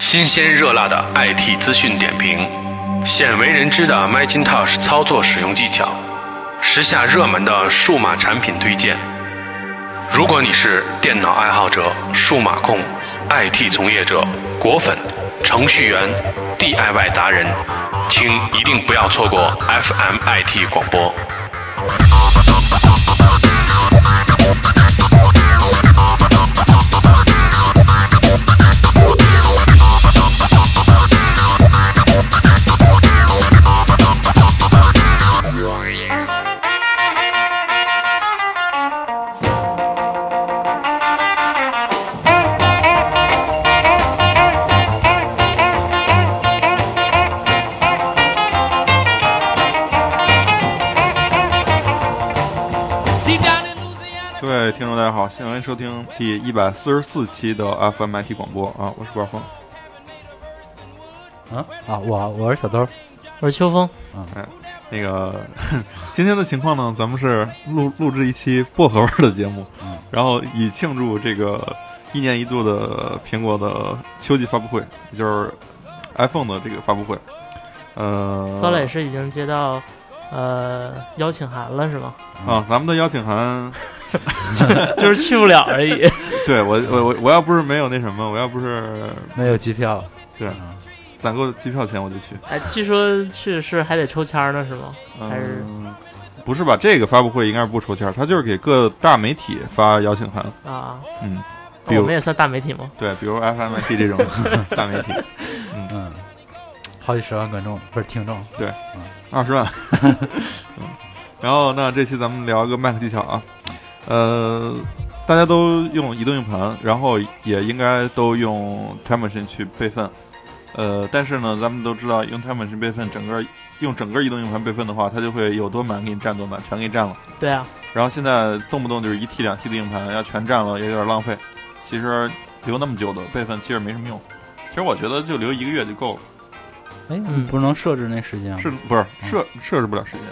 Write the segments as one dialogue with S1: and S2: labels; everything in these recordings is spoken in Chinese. S1: 新鲜热辣的 IT 资讯点评，鲜为人知的 Macintosh 操作使用技巧，时下热门的数码产品推荐。如果你是电脑爱好者、数码控、IT 从业者、果粉、程序员、DIY 达人，请一定不要错过 FMIT 广播。
S2: 各位听众，大家好，现在欢迎收听第一百四十四期的 FMIT 广播啊，我是官方。
S3: 啊，我我是小邹，
S4: 我是秋风，
S2: 那个 今天的情况呢，咱们是录录制一期薄荷味儿的节目，
S3: 嗯
S2: 然后以庆祝这个一年一度的苹果的秋季发布会，也就是 iPhone 的这个发布会。呃，
S4: 高磊是已经接到呃邀请函了是吗？
S2: 啊，咱们的邀请函，
S4: 就是去不了而已。
S2: 对我我我我要不是没有那什么，我要不是
S3: 没有机票，
S2: 对
S3: 啊
S2: 攒够机票钱我就去。
S4: 哎，据说去是还得抽签儿呢是吗？还是
S2: 嗯，不是吧？这个发布会应该是不抽签儿，他就是给各大媒体发邀请函。
S4: 啊，
S2: 嗯，比
S4: 那我
S2: 如
S4: 们也算大媒体吗？
S2: 对，比如 FMT 这种大媒体，
S3: 嗯，好几十万观众不是听众，
S2: 二十万。嗯，然后那这期咱们聊一个 Mac 技巧啊，呃，大家都用移动硬盘，然后也应该都用 Time Machine 去备份。呃，但是呢，咱们都知道用 Time Machine 备份，整个用整个移动硬盘备份的话，它就会有多满给你占多满，全给你占了。
S4: 对啊，
S2: 然后现在动不动就是一 T 两 T 的硬盘，要全占了也有点浪费。其实留那么久的备份其实没什么用。其实我觉得就留一个月就够了，
S3: 哎，
S4: 嗯
S3: 不是能设置那时间吗？
S2: 是不是设设置不了时间，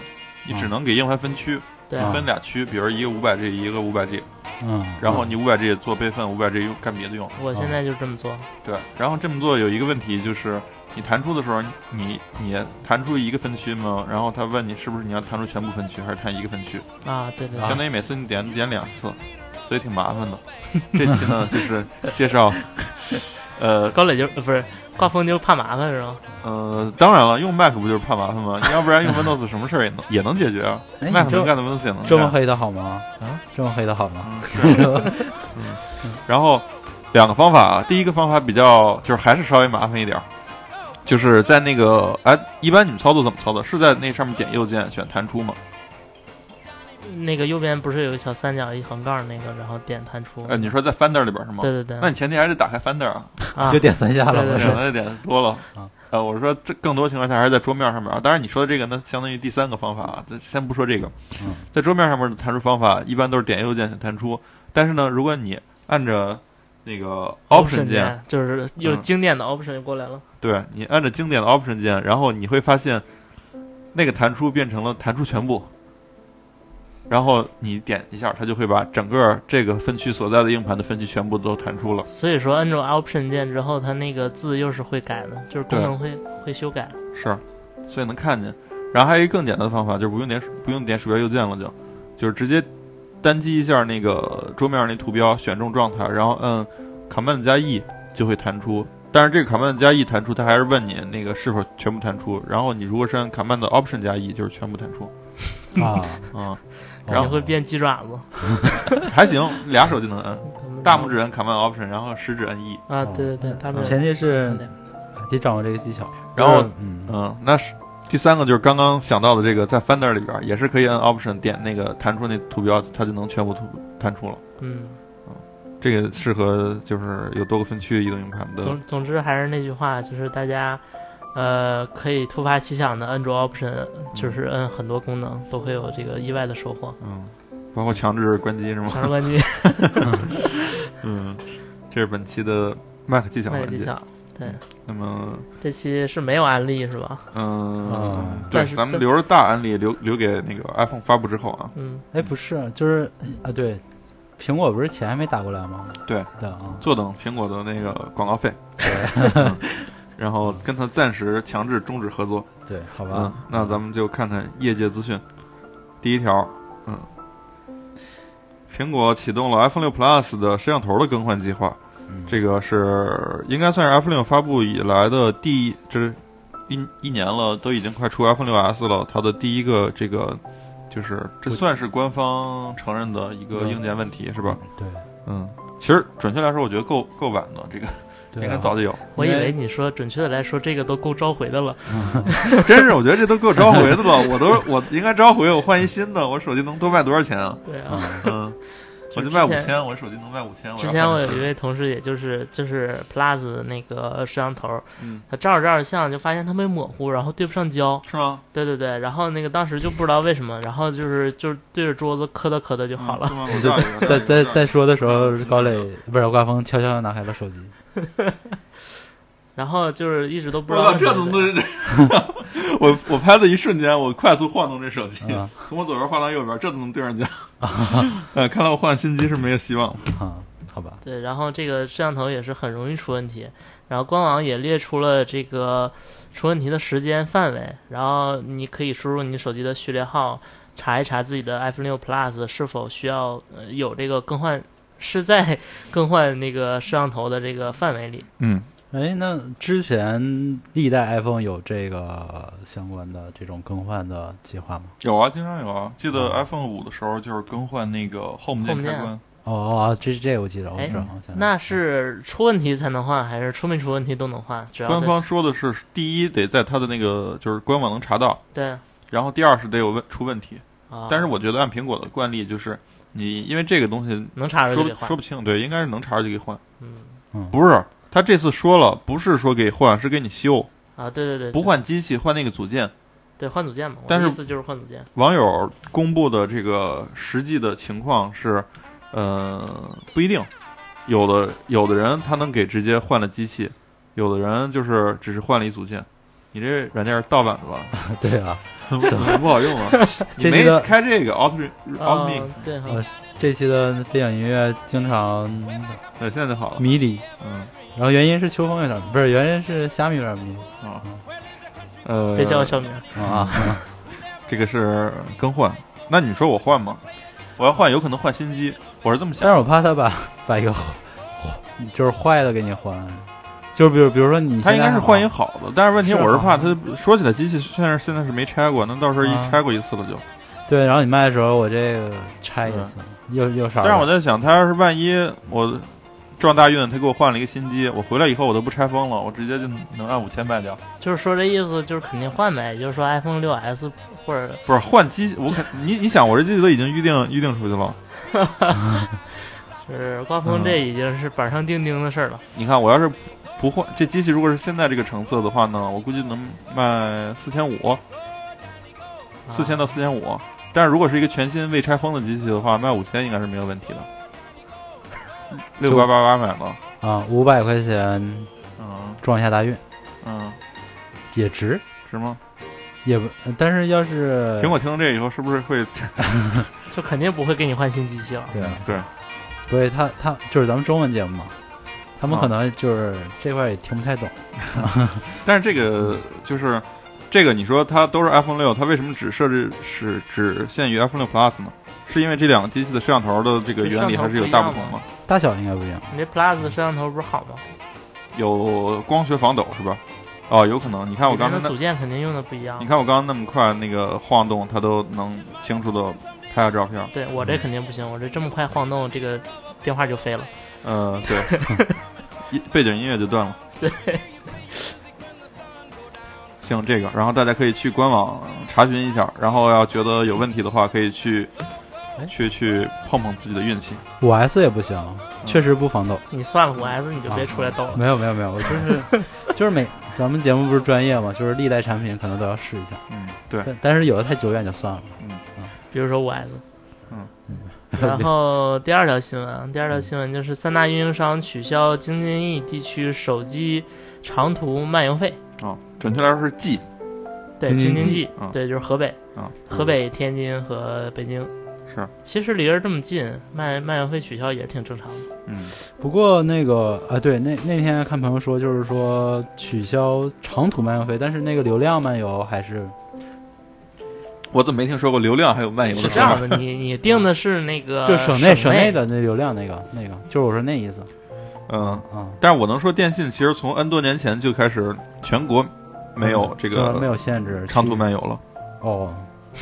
S2: 你只能给硬盘分区，
S4: 对
S3: 啊
S2: 分俩区，比如一个五百 G，一个五百 G，
S3: 嗯，
S2: 然后你五百 G 做备份，五百 G 用干别的用。
S4: 我现在就这么做。
S2: 对，然后这么做有一个问题就是，你弹出的时候，你你弹出一个分区吗？然后他问你是不是你要弹出全部分区，还是弹一个分区？
S4: 啊，对对
S3: 啊
S2: 相当于每次你点点两次，所以挺麻烦的。这期呢，就是介绍， 呃
S4: 高磊就呃不是挂风就怕麻烦是吗？
S2: 呃，当然了，用 Mac 不就是怕麻烦吗？你要不然用 Windows 什么事儿也能也能解决啊
S3: 哎你
S2: ，Mac
S3: 这
S2: 能干的 Windows 也能
S3: 这么
S2: 干。
S3: 黑的好吗？
S2: 啊，
S3: 这么黑的好吗？
S2: 嗯，是。 嗯然后两个方法啊，第一个方法比较就是还是稍微麻烦一点儿，就是在那个哎，一般你们操作怎么操作？是在那上面点右键选弹出吗？
S4: 那个右边不是有个小三角一横杠那个，然后点弹出。
S2: 呃，你说在 Finder 里边是吗？
S4: 对对对
S2: 那，你前提还是打开 Finder 啊。
S4: 啊
S3: 就，点三下了，啊
S4: 对
S3: 不
S4: 对
S2: 两
S3: 是？
S2: 个点多了
S3: 啊。
S2: 呃，我是说这更多情况下还是在桌面上面啊。当然，你说的这个呢，相当于第三个方法啊。咱先不说这个
S3: 嗯，
S2: 在桌面上面的弹出方法一般都是点右键选弹出，但是呢，如果你按着那个 Option 键，
S4: 键就是又
S2: 嗯
S4: 经典的 option 就过来了。
S2: 对你按着经典的 Option 键，然后你会发现那个弹出变成了弹出全部，然后你点一下，它就会把整个这个分区所在的硬盘的分区全部都弹出了。
S4: 所以说，按住 Option 键之后，它那个字又是会改的，就是功能会会修改。
S2: 是，所以能看见。然后还有一个更简单的方法，就是不用点鼠不用点鼠标右键了就，就是直接单击一下那个桌面上那图标，选中状态，然后摁 Command 加 E 就会弹出。但是这个 Command 加 E 弹出，它还是问你那个是否全部弹出。然后你如果是按 Command Option 加 E，就是全部弹出。
S3: 啊，
S2: 嗯，然
S4: 也
S2: 后
S4: 会变鸡爪子
S2: 还行，俩手就能摁，大拇指摁 Command Option，然后食指摁 E。
S4: 啊，对对嗯对，他们
S3: 哦前提是得掌握这个技巧，
S2: 然后
S3: 就是嗯，
S2: 嗯，那是第三个就是刚刚想到的这个，在 Finder 里边儿也是可以按 Option 点那个弹出那图标，它就能全部图弹出了。
S4: 嗯，
S2: 这个适合就是有多个分区移动硬盘的
S4: 总总之还是那句话，就是大家呃可以突发奇想的摁住 Option，就是摁很多功能都会有这个意外的收获。
S2: 嗯，包括强制关机是吗？
S4: 强制 关机
S2: 嗯，这是本期的 Mac 技巧
S4: 那个
S2: 环
S4: 技
S2: 节。
S4: 巧，对，
S2: 那么，
S4: 这期是没有案例是吧？
S2: 嗯
S3: 啊，
S2: 对
S4: 但，是
S2: 咱们
S4: 在
S2: 留着大案例留留给那个 iPhone 发布之后啊。
S4: 嗯，
S3: 哎，不是，就是啊，对，苹果不是钱还没打过来吗？
S2: 对
S3: 对啊，
S2: 坐等苹果的那个广告费，嗯然后跟他暂时强制终止合作。
S3: 对，好
S2: 嗯
S3: 吧，，
S2: 那咱们就看看业界资讯。第一条，嗯，苹果启动了 iPhone 6 Plus 的摄像头的更换计划，
S3: 嗯
S2: 这个是应该算是 iPhone 6发布以来的第一，这是一一年了，都已经快出 iPhone 6 S 了，它的第一个这个就是这算是官方承认的一个
S3: 嗯
S2: 硬件问题是吧？
S3: 对，
S2: 嗯，其实准确来说，我觉得够够晚的，这个
S3: 对啊
S2: 应该早就有。
S4: 我以
S3: 因
S4: 为
S3: 为
S4: 你说准确的来说，这个都够召回的了。
S2: 真是，我觉得这都够召回的 了。我都我应该召回，我换一新的。我手机能多卖多少钱 啊？
S4: 对啊，
S3: 嗯
S2: 嗯，我
S4: 就
S2: 就卖五
S4: 之前
S2: 千，我手机能卖五千。
S4: 之前我
S2: 我要
S4: 有
S2: 换
S4: 一
S2: 个
S4: 位同事，也就是就是 Plus 那个摄像头，
S2: 嗯
S4: 他照着照着相，就发现他没模糊，然后对不上焦。
S2: 是吗？
S4: 对对对，然后那个当时就不知道为什么，然后就是就是对着桌子磕哒磕哒就 好
S2: 嗯
S4: 了。
S2: 是吗
S3: 我
S2: 我
S3: 就
S2: 照一个
S3: 在在在说的时候
S2: 嗯，
S3: 高磊不是刮风，悄悄地拿开了手机。
S4: 然后就是一直都不
S2: 我
S4: 知道
S2: 操，这怎
S4: 为什
S2: 么
S4: 么
S2: 都是这？ 我我拍的一瞬间，我快速晃动这手机
S3: 啊，
S2: 从我左边晃到右边，这都能对上焦。 呃，看来我换新机是没有希望。
S3: 啊，好吧，
S4: 对，然后这个摄像头也是很容易出问题，然后官网也列出了这个出问题的时间范围，然后你可以输入你手机的序列号，查一查自己的 iPhone 6 Plus 是否需要、呃、有这个更换，是在更换那个摄像头的这个范围里。
S2: 嗯，
S3: 哎，那之前历代 iPhone 有这个相关的这种更换的计划吗？
S2: 有啊，经常有啊。记得
S3: 嗯
S2: iPhone 五的时候，就是更换那个 Home 键
S4: Home
S2: 开
S4: 键
S2: 关。
S3: 哦哦，哦这这我记得，我
S4: 哎
S3: 知道，我
S2: 嗯
S3: 想起来
S4: 那是出问题才能换，还是出没出问题都能换？只要
S2: 官
S4: 在
S2: 方说的是，第一得在它的那个就是官网能查到，
S4: 对啊，
S2: 然后第二是得有问出问题，但是我觉得按苹果的惯例，就是你因为这个东西
S4: 能查着就
S2: 说
S4: 得
S2: 不
S4: 换
S2: 说。不清，对，应该是能查着就给换。
S4: 嗯
S3: 嗯
S2: 不是，他这次说了，不是说给换，是给你修，
S4: 啊，对对对，
S2: 不换机器，换那个组件。
S4: 对换组件嘛，我
S2: 但
S4: 的意
S2: 是
S4: 思就是换组件。
S2: 网友公布的这个实际的情况是，呃，不一定，有的有的人他能给直接换了机器，有的人就是只是换了一组件。你这软件盗版的吧？
S3: 对啊，
S2: 不好用啊！你
S3: 这期
S2: 没
S3: 的
S2: 开这个 Auto
S4: 啊
S2: Auto 哦 Mix，，
S4: 对哈，
S3: 这期的背景音乐经常
S2: 对，现在就好了。
S3: 迷离，
S2: 嗯
S3: 然后原因是秋风有点，不是原因是虾米有点迷
S2: 啊，呃，
S4: 别叫我小明。
S3: 啊，
S2: 这个是更换。那你说我换吗？我要换，有可能换新机。我是这么想
S3: 但，是我怕他把把一个坏就是坏的给你换，就是比如比如说你
S2: 他应该是换一
S3: 一
S2: 个好的，但是问题
S3: 是啊
S2: 我是怕他说起来机器虽然现在是没拆过，那到时候
S3: 啊
S2: 一拆过一次了就。
S3: 对，然后你卖的时候我这个拆一次，又又少
S2: 嗯
S3: 了，
S2: 但是我在想，他要是万一我撞大运，他给我换了一个新机，我回来以后我都不拆封了，我直接就能按五千卖掉。
S4: 就是说这意思，就是肯定换呗，也就是说 iPhone 6 S 或者
S2: 不是换机，我肯你你想，我这机器都已经预定预定出去了。
S4: 是刮
S2: 嗯
S4: 风，这已经是板上钉钉的事儿了。
S2: 你看，我要是不换这机器，如果是现在这个成色的话呢，我估计能卖四千五，
S4: 啊
S2: 四千到四千五。但是如果是一个全新未拆封的机器的话，卖五千应该是没有问 题的。六八八八买了，
S3: 啊五百块钱
S2: 嗯
S3: 撞一下大运
S2: 嗯，
S3: 也值，
S2: 是吗？
S3: 也不，但是要是
S2: 苹果听到这以后是不是会？
S4: 就肯定不会给你换新机器了。
S3: 对
S2: 对，
S3: 不是他他就是咱们中文节目嘛，他们
S2: 啊
S3: 可能就是这块儿也听不太懂，
S2: 但是这个就是这个，你说它都是 iPhone 六，它为什么只设置是只限于 iPhone 六 Plus 呢？是因为这两个机器的摄像头的这个原理还是有大不同吗？
S3: 大小应该不一样。
S4: 你这 Plus 摄像头不是好吗？
S2: 有光学防抖是吧？哦，有可能。你看我
S4: 里
S2: 刚
S4: 面
S2: 才
S4: 的
S2: 那
S4: 组件肯定用的不一样
S2: 你。看我刚刚那么快那个晃动，它都能清楚的拍下照片。
S4: 对我这肯定不行，我这这么快晃动，这个电话就飞了。
S2: 呃，对，一背景音乐就断了。
S4: 对。
S2: 行，这个，然后大家可以去官网查询一下，然后要觉得有问题的话，可以去
S3: 哎
S2: 去去碰碰自己的运气。
S3: 五 S 也不行，确实不防抖。
S4: 你算了，五 S 你就别出来逗了。
S3: 嗯没有没有没有，我就是 就是每咱们节目不是专业嘛，就是历代产品可能都要试一下，
S2: 嗯，对，
S3: 但但是有的太久远就算了。
S4: 比如说五 S。
S2: 嗯。
S4: 然后第二条新闻，第二条新
S2: 嗯
S4: 闻就是三大运营商取消京津冀地区手机长途漫游费。
S2: 啊、准确来说是 G，
S4: 对，
S3: 京津
S4: 京津
S3: 冀
S4: 冀
S2: 嗯，
S4: 对，就是河北
S2: 嗯，
S4: 河北、天津和北京。
S2: 是，
S4: 其实离着这么近，卖卖药费取消也是挺正常的。
S2: 嗯，
S3: 不过那个啊，对，那那天看朋友说，就是说取消长途漫游费，但是那个流量漫游还是
S2: 我怎么没听说过流量还有漫游
S4: 是
S2: 的
S4: 这
S2: 说法
S4: 样？的，你你定的是那个
S3: 就省
S4: 省
S3: 内呃省内的那流量那个那个，就是我说那意思
S2: 嗯，
S3: 啊，
S2: 但是我能说，电信其实从 N 多年前就开始全国没
S4: 嗯
S2: 有这
S3: 嗯就没
S2: 个
S3: 有限制
S2: 长途
S3: 去
S2: 漫游 了。
S3: 哦，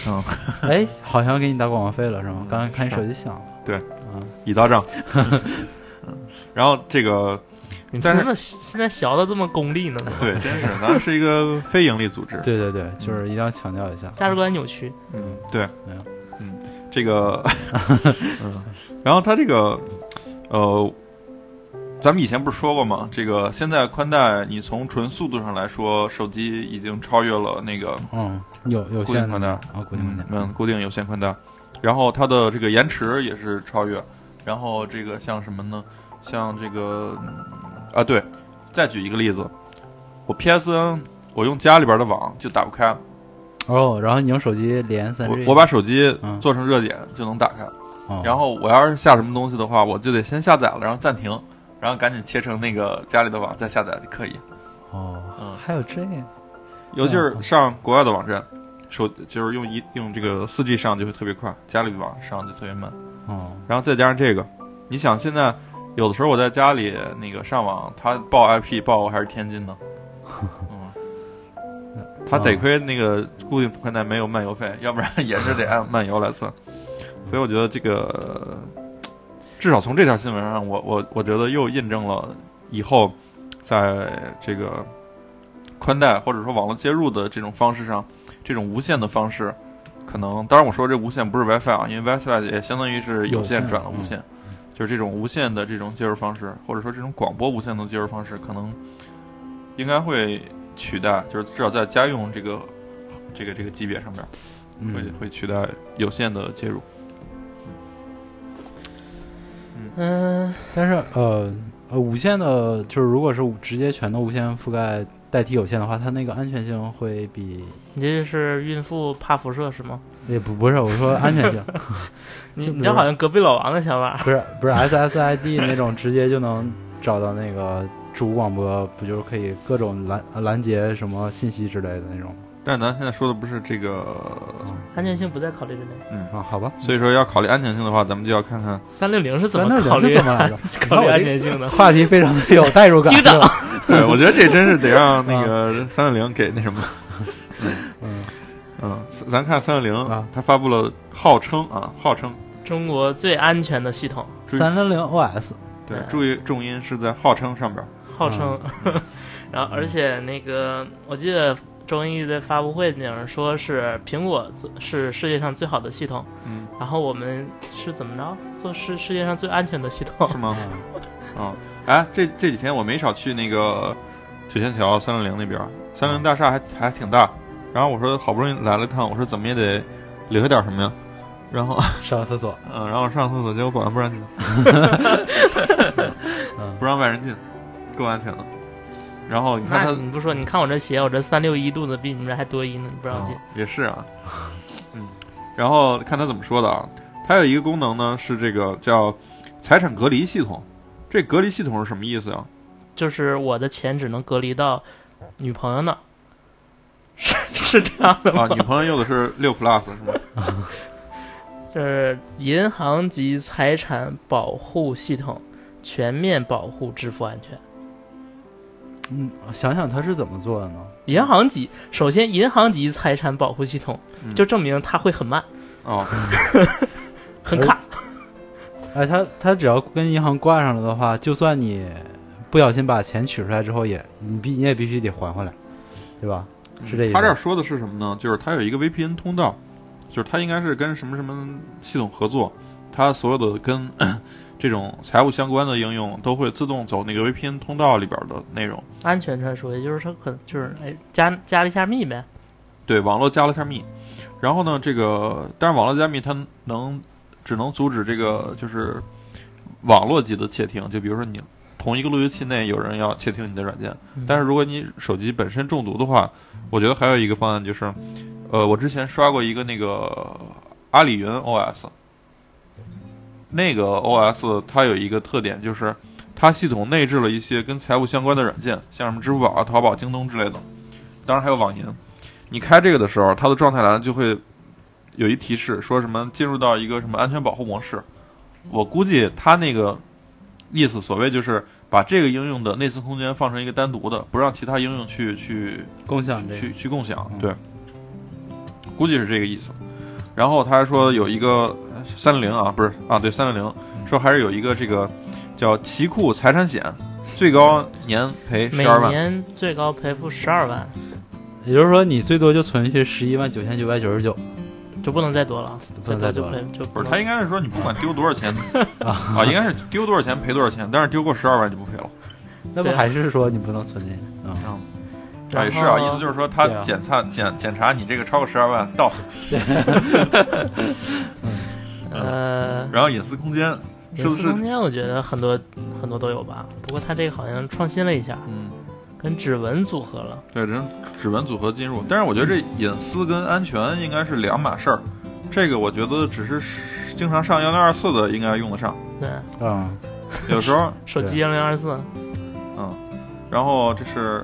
S2: 嗯，
S3: 哎，好像给你打广告费了是吗？
S2: 嗯
S3: 刚才看你
S2: 是
S3: 手机响了，
S2: 对
S3: 啊，
S2: 已到账。嗯然后这个
S4: 你
S2: 但
S4: 们
S2: 是
S4: 怎么现在学的这么功利呢？
S2: 对，真是咱是一个非盈利组织。
S3: 对对对，就是一定要强调一下，
S4: 价值观扭曲，
S2: 嗯，对
S3: 没有，
S2: 嗯，这 个，嗯，然后它这个，呃，咱们以前不是说过吗？这个现在宽带，你从纯速度上来说，手机已经超越了那个
S3: 嗯，有有
S2: 固定
S3: 限
S2: 宽
S3: 的
S2: 带，
S3: 啊，固定
S2: 嗯
S3: 宽带，
S2: 嗯，固定有线宽带，然后它的这个延迟也是超越，然后这个像什么呢？像这个、嗯啊，对，再举一个例子，我 PSN 我用家里边的网就打不开，
S3: 哦，然后你用手机连三 G，
S2: 我我把手机
S3: 嗯
S2: 做成热点就能打开。
S3: 哦
S2: 然后我要是下什么东西的话，我就得先下载了，然后暂停，然后赶紧切成那个家里的网再下载就可以。
S3: 哦
S2: 嗯，
S3: 还有这个
S2: 尤其是上国外的网站，手就是用一用这个四 G 上就会特别快，家里的网上就特别慢。
S3: 哦，
S2: 然后再加上这个，你想现在有的时候我在家里那个上网，他报 IP 报我还是天津的，嗯，他得亏那个固定宽带没有漫游费，要不然也是得按漫游来算。所以我觉得这个，至少从这条新闻上，我我我觉得又印证了以后在这个宽带或者说网络接入的这种方式上，这种无线的方式，可能当然我说这无线不是 WiFi 啊，因为 WiFi 也相当于是有线嗯转了无线，就是这种无线的这种接入方式，或者说这种广播无线的接入方式，可能应该会取代，就是至少在家用这个这个这个级别上面会、
S3: 嗯，
S2: 会取代有线的接入。
S4: 嗯，
S3: 但是呃呃，无线的，就是如果是直接全都无线覆盖代替有线的话，它那个安全性会比
S4: 你这是孕妇怕辐射是吗？
S3: 也不不是我说安全性，
S4: 你
S3: 就比
S4: 你
S3: 如
S4: 这好像隔壁老王的想法。
S3: 不是 不是 SSID 那种直接就能找到那个主广播，不就是可以各种拦呃拦截什么信息之类的那种
S2: 但是咱现在说的不是这个，
S4: 安全性不在考虑之内。
S3: 啊？好吧，
S2: 所以说要考虑安全性的话，咱们就要看看
S4: 三六零是怎
S3: 咱
S4: 么
S3: 那
S4: 考
S3: 人
S4: 虑
S3: 是怎么来的？
S4: 考虑安全 性的？
S3: 话题非常的有代入感，
S4: 击掌
S3: 是 吧
S2: 对，我觉得这真是得让那个三六零给那什么，
S3: 嗯
S2: 嗯，咱咱看三六
S3: 啊
S2: 零，它发布了号称啊，号称
S4: 中国最安全的系统，
S2: 注意
S3: 三零零 OS
S2: 对
S4: 嗯，
S2: 注意重音是在号称上边儿，
S4: 号称。 然后，而且那个，我记得周文毅在发布会那会儿说是苹果做是世界上最好的系统，
S2: 嗯，
S4: 然后我们是怎么着做是世界上最安全的系统
S2: 是？
S3: 啊
S2: 吗？嗯，哎，这这几天我没少去那个九仙桥三六零那边儿，三六零大厦还还挺大，然后我说好不容易来了一趟，我说怎么也得留下点什么呀，然后
S3: 上厕所，
S2: 嗯，然后我上厕所，结果保安不让进，
S3: 嗯
S2: 不让外人进，够安全的。然后你看
S4: 那
S2: 他
S4: 你不说，你看我这鞋，我这三六一肚子比你们这还多一呢，你不让进
S2: 哦。也是啊，嗯，然后看他怎么说的啊。它有一个功能呢，是这个叫财产隔离系统。这隔离系统是什么意思呀、啊
S4: 就是我的钱只能隔离到女朋友那儿， 是是这样的
S2: 啊？
S4: 吗？
S2: 女朋友用的是六 plus 是吗？
S4: 就是银行及财产保护系统全面保护支付安全。
S3: 嗯，想想他是怎么做的呢？
S4: 银行级，首先银行级财产保护系统
S2: 嗯
S4: 就证明它会很慢、
S2: 哦，
S4: 很卡。
S3: 哎，他他只要跟银行挂上了的话，就算你不小心把钱取出来之后也，你必你也必须得还回来，对吧？是这意思。
S2: 他这儿说的是什么呢？就是它有一个 VPN 通道，就是它应该是跟什么什么系统合作，它所有的跟 这种财务相关的应用都会自动走那个 VPN 通道里边的内容。
S4: 安全传输，也就是它可能就是哎加加了一下密呗，
S2: 对，网络加了一下密。然后呢，这个但是网络加密它能只能阻止这个就是网络级的窃听，就比如说你同一个路由器内有人要窃听你的软件，
S4: 嗯
S2: 但是如果你手机本身中毒的话，我觉得还有一个方案就是，呃，我之前刷过一个那个阿里云 OS，那个 OS 它有一个特点，就是它系统内置了一些跟财务相关的软件，像什么支付宝啊、淘宝、京东之类的，当然还有网银。你开这个的时候，它的状态栏就会有一提示，说什么进入到一个什么安全保护模式。我估计它那个意思，所谓就是把这个应用的内存空间放成一个单独的，不让其他应用去去
S3: 共享这个
S2: 去去共享，
S3: 嗯
S2: 对，估计是这个意思。然后他还说有一个三六零啊，不是啊，对三六
S3: 嗯
S2: 零，说还是有一个这个叫奇酷财产险，最高年赔
S4: 每
S2: 十二万，
S4: 年最高赔付十二万，
S3: 也就是说你最多就存去十一万九千九百九十九
S4: 就不能再多了，
S3: 不能再多了
S4: 最就赔就
S2: 不
S4: 不
S2: 是
S4: 能
S2: 他应该是说你不管丢多少 钱
S3: 啊，
S2: 啊，应该是丢多少钱赔多少钱，但是丢过十二万就不赔了。
S3: 那不
S4: 对啊
S3: 还是说你不能存进去啊？
S2: 啊，也是啊，意思就是是说他
S3: 对啊
S2: 检测检检查你这个超过十二万到，
S4: 呃，
S2: 然后隐私空间嗯是
S4: 隐
S2: 不
S4: 私
S2: 是
S4: 空？间我觉得很多很多都有吧，不过它这个好像创新了一下，
S2: 嗯，
S4: 跟指纹组合了。
S2: 对，人指纹组合进入，但是我觉得这隐私跟安全应该是两码事儿，这个我觉得只是经常上幺零二四的应该用得上，
S4: 对，
S3: 啊，
S2: 有时候，
S4: 手机幺零二四，
S2: 嗯，然后这是，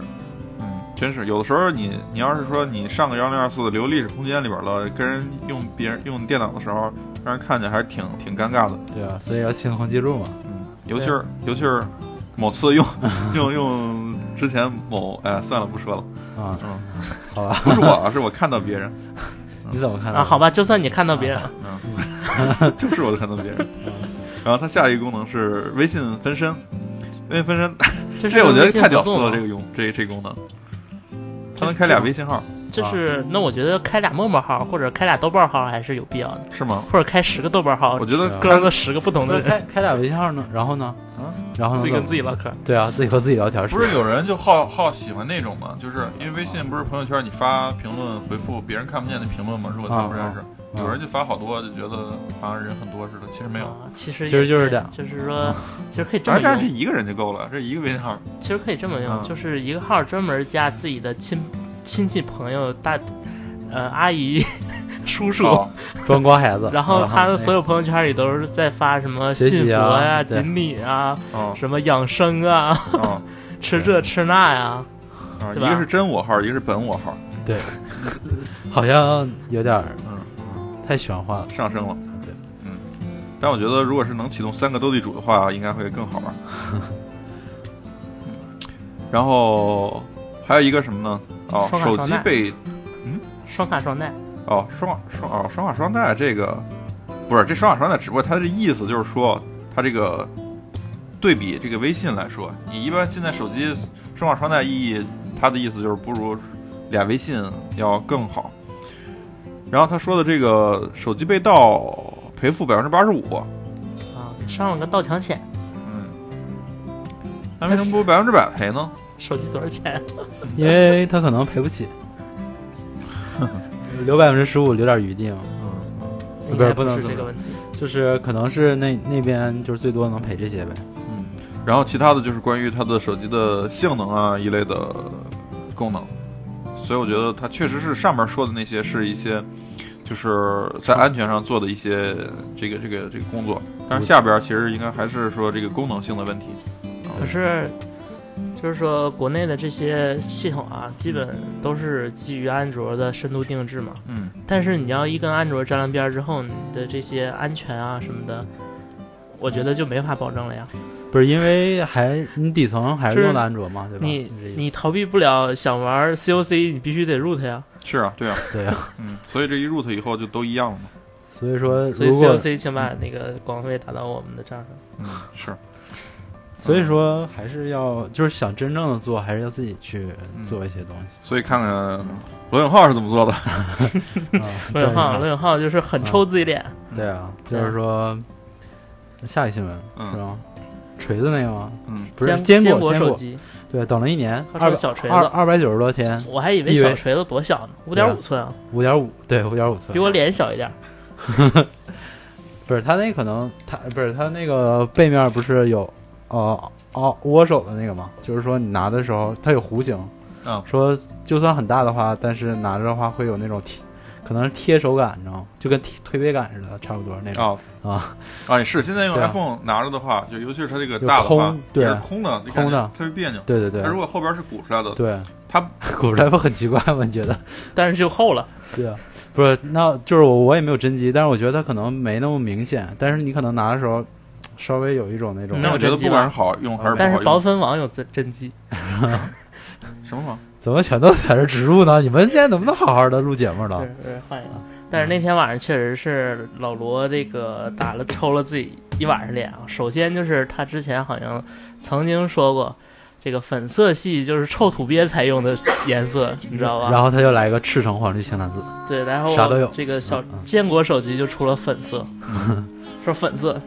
S2: 嗯，真是有的时候你你要是说你上个幺零二四留历史空间里边了，跟人用别人用电脑的时候，让人看见还是挺挺尴尬的，
S3: 对啊，所以要清空记录嘛。
S2: 嗯，尤其是尤其是某次用 用用之前某哎算了不说了，
S3: 啊，
S2: 嗯，
S3: 好吧，
S2: 不是我啊，是我看到别人，
S3: 你怎么看
S4: 啊，好吧，就算你看到别人，
S2: 啊 嗯，就是我看到别人。然后它下一个功能是微信分身，微信分身，
S4: 这是
S2: 这我觉
S4: 跟微
S2: 得
S4: 信
S2: 太屌
S4: 合
S2: 丝
S4: 作
S2: 了，
S4: 吗
S2: 这个啊用这这功能，它能开俩微信号
S4: 这是那我觉得开俩陌陌号或者开俩豆瓣号还是有必要的，
S2: 是吗？
S4: 或者开十个豆瓣号
S2: 我，觉得
S3: 是啊
S4: 各
S2: 开
S4: 个十个不同的
S3: 那
S4: 人，
S3: 开开俩微信号呢？然后呢？
S2: 啊，
S3: 然后呢？
S4: 自己
S3: 怎
S4: 跟
S3: 么
S4: 自己唠嗑。
S3: 对啊，自己和自己聊天
S2: 不是有人就好好喜欢那种吗？就是因为微信不是朋友圈你发评论回复别人看不见的评论吗？如果他不认识，
S3: 啊
S2: 有人就发好多，就觉得好像人很多似的，其实没有。
S4: 啊，其实
S3: 其
S4: 也
S3: 实就是
S4: 可以
S3: 这样
S4: 就是
S2: 啊
S4: 说，其实可以这
S2: 反正这
S4: 么
S2: 样这
S4: 用，
S2: 一个人就够了，这一个微信号，
S4: 其实可以这么用，
S2: 嗯
S4: 就是一个号专门加自己的亲亲戚朋友大，呃阿姨、 叔 叔，
S2: 哦
S3: 啊装瓜孩子，
S4: 然后他的所
S3: 有
S4: 有朋友圈里都是在发什么
S3: 哎学
S4: 信
S3: 习
S4: 佛
S3: 啊
S4: 呀、
S3: 对
S4: 锦鲤啊、
S2: 哦
S4: 什么养生啊、
S2: 哦
S4: 吃这吃那呀，
S2: 哦，一
S4: 对吧
S2: 个是真我号，一个是本我号，
S3: 对，好像有点儿
S2: 嗯
S3: 太玄幻了。
S2: 上升了。
S3: 对，
S2: 嗯，但我觉得如果是能启动三个斗地主的话，应该会更好玩。 嗯，然后还有一个什么呢？哦，
S4: 双卡
S2: 手
S4: 双
S2: 机
S4: 待
S2: 被
S4: 双卡双待。
S2: 哦双双哦双卡双待这个不是这双卡双待，只不过它的意思就是说它这个对比这个微信来说，你一般现在手机双卡双待意义，它的意思就是不如俩微信要更好。然后他说的这个手机被盗赔付百分之八十五，
S4: 啊，上了个盗抢险，
S2: 嗯，那为什么不百分之百赔呢？
S4: 手机多少钱？
S3: 因为他可能赔 不起，留百分之十五留点余地嘛，
S2: 嗯，
S4: 应
S3: 不是
S4: 该
S3: 不能
S4: 是
S3: 这么
S4: 这个问题。
S3: 就是可能是那那边就是最多能赔这些呗。
S2: 然后其他的就是关于它的手机的性能啊一类的功能，所以我觉得它确实是上面说的那些是一些，就是在安全上做的一些这个这个这个工作，但是下边其实应该还是说这个功能性的问题。
S4: 可是，就是说国内的这些系统啊，基本都是基于安卓的深度定制嘛。
S2: 嗯，
S4: 但是你要一跟安卓沾了边儿之后，你的这些安全啊什么的，我觉得就没法保证了呀。
S3: 不是因为还你底层还是
S4: 就是
S3: 用的安卓嘛，对吧？
S4: 你
S3: 这意思
S4: 你逃避不了想玩 COC，你必须得 root 呀。
S2: 是啊，对啊，
S3: 对啊，
S2: 嗯，所以这一 root 以后就都一样了嘛。
S3: 所以说
S4: 所以
S3: 如果
S4: COC 请把那个广告费打到我们的账上。
S2: 嗯，是，
S3: 所以说嗯还是要就是想真正的做，还是要自己去做一些东 西
S2: 所以看看罗永浩是怎么做的。
S3: 啊。
S4: 罗永浩，罗永浩就是很
S3: 嗯
S4: 抽自己脸，
S3: 对啊，就是说下一新闻是啊
S2: 嗯
S3: 吧？锤子那个吗？
S2: 嗯，
S3: 不是
S4: 坚
S3: 果坚
S4: 手
S3: 果，
S4: 机，
S3: 对，等了一年，
S4: 他
S3: 二
S4: 说
S3: 百
S4: 小锤
S3: 二
S4: 子。
S3: 二百九十多天，
S4: 我还以为
S3: 以为
S4: 小锤子多小呢，五
S3: 对啊啊
S4: 点五寸啊，
S3: 五点五，对，五点五寸，
S4: 比我脸小一点。
S3: 不是他那可能他不是他那个背面不是有呃哦握手的那个吗？就是说你拿的时候它有弧形，
S2: 啊
S3: 说就算很大的话，但是拿着的话会有那种提可能是贴手感，你知道吗？就跟贴推背感似的，差不多那种
S2: 啊
S3: 啊。
S2: 啊，也是现在用
S3: 对啊
S2: iPhone 拿着的话，就尤其是它这个大的
S3: 有
S2: 话
S3: 空，
S2: 也
S3: 对啊
S2: 是空的，就感
S3: 空
S2: 觉
S3: 的
S2: 特别别扭。
S3: 对对对
S2: 它如果后边是鼓出来的，
S3: 对，
S2: 它
S3: 鼓出来不很奇怪吗？你觉得？
S4: 但是就厚了。
S3: 对啊，不是，那就是我我也没有真机，但是我觉得它可能没那么明显，但是你可能拿的时候稍微有一种那种
S2: 那我觉得不管是好用还是不
S4: 但是
S2: 好
S4: 薄
S2: 用，
S4: 分网有真真机，
S2: 什么嘛？
S3: 怎么全都在这植入呢？你们现在能不能好好的录节目了
S4: 对？对，换一个。但是那天晚上确实是老罗这个打了抽了自己一晚上脸啊。首先就是他之前好像曾经说过，这个粉色系就是臭土鳖才用的颜色，你知道吧？
S3: 然后他就来个赤橙黄绿青蓝紫，
S4: 对，然后
S3: 啥都有
S4: 这个小
S3: 嗯嗯
S4: 坚果手机就出了粉色，说粉色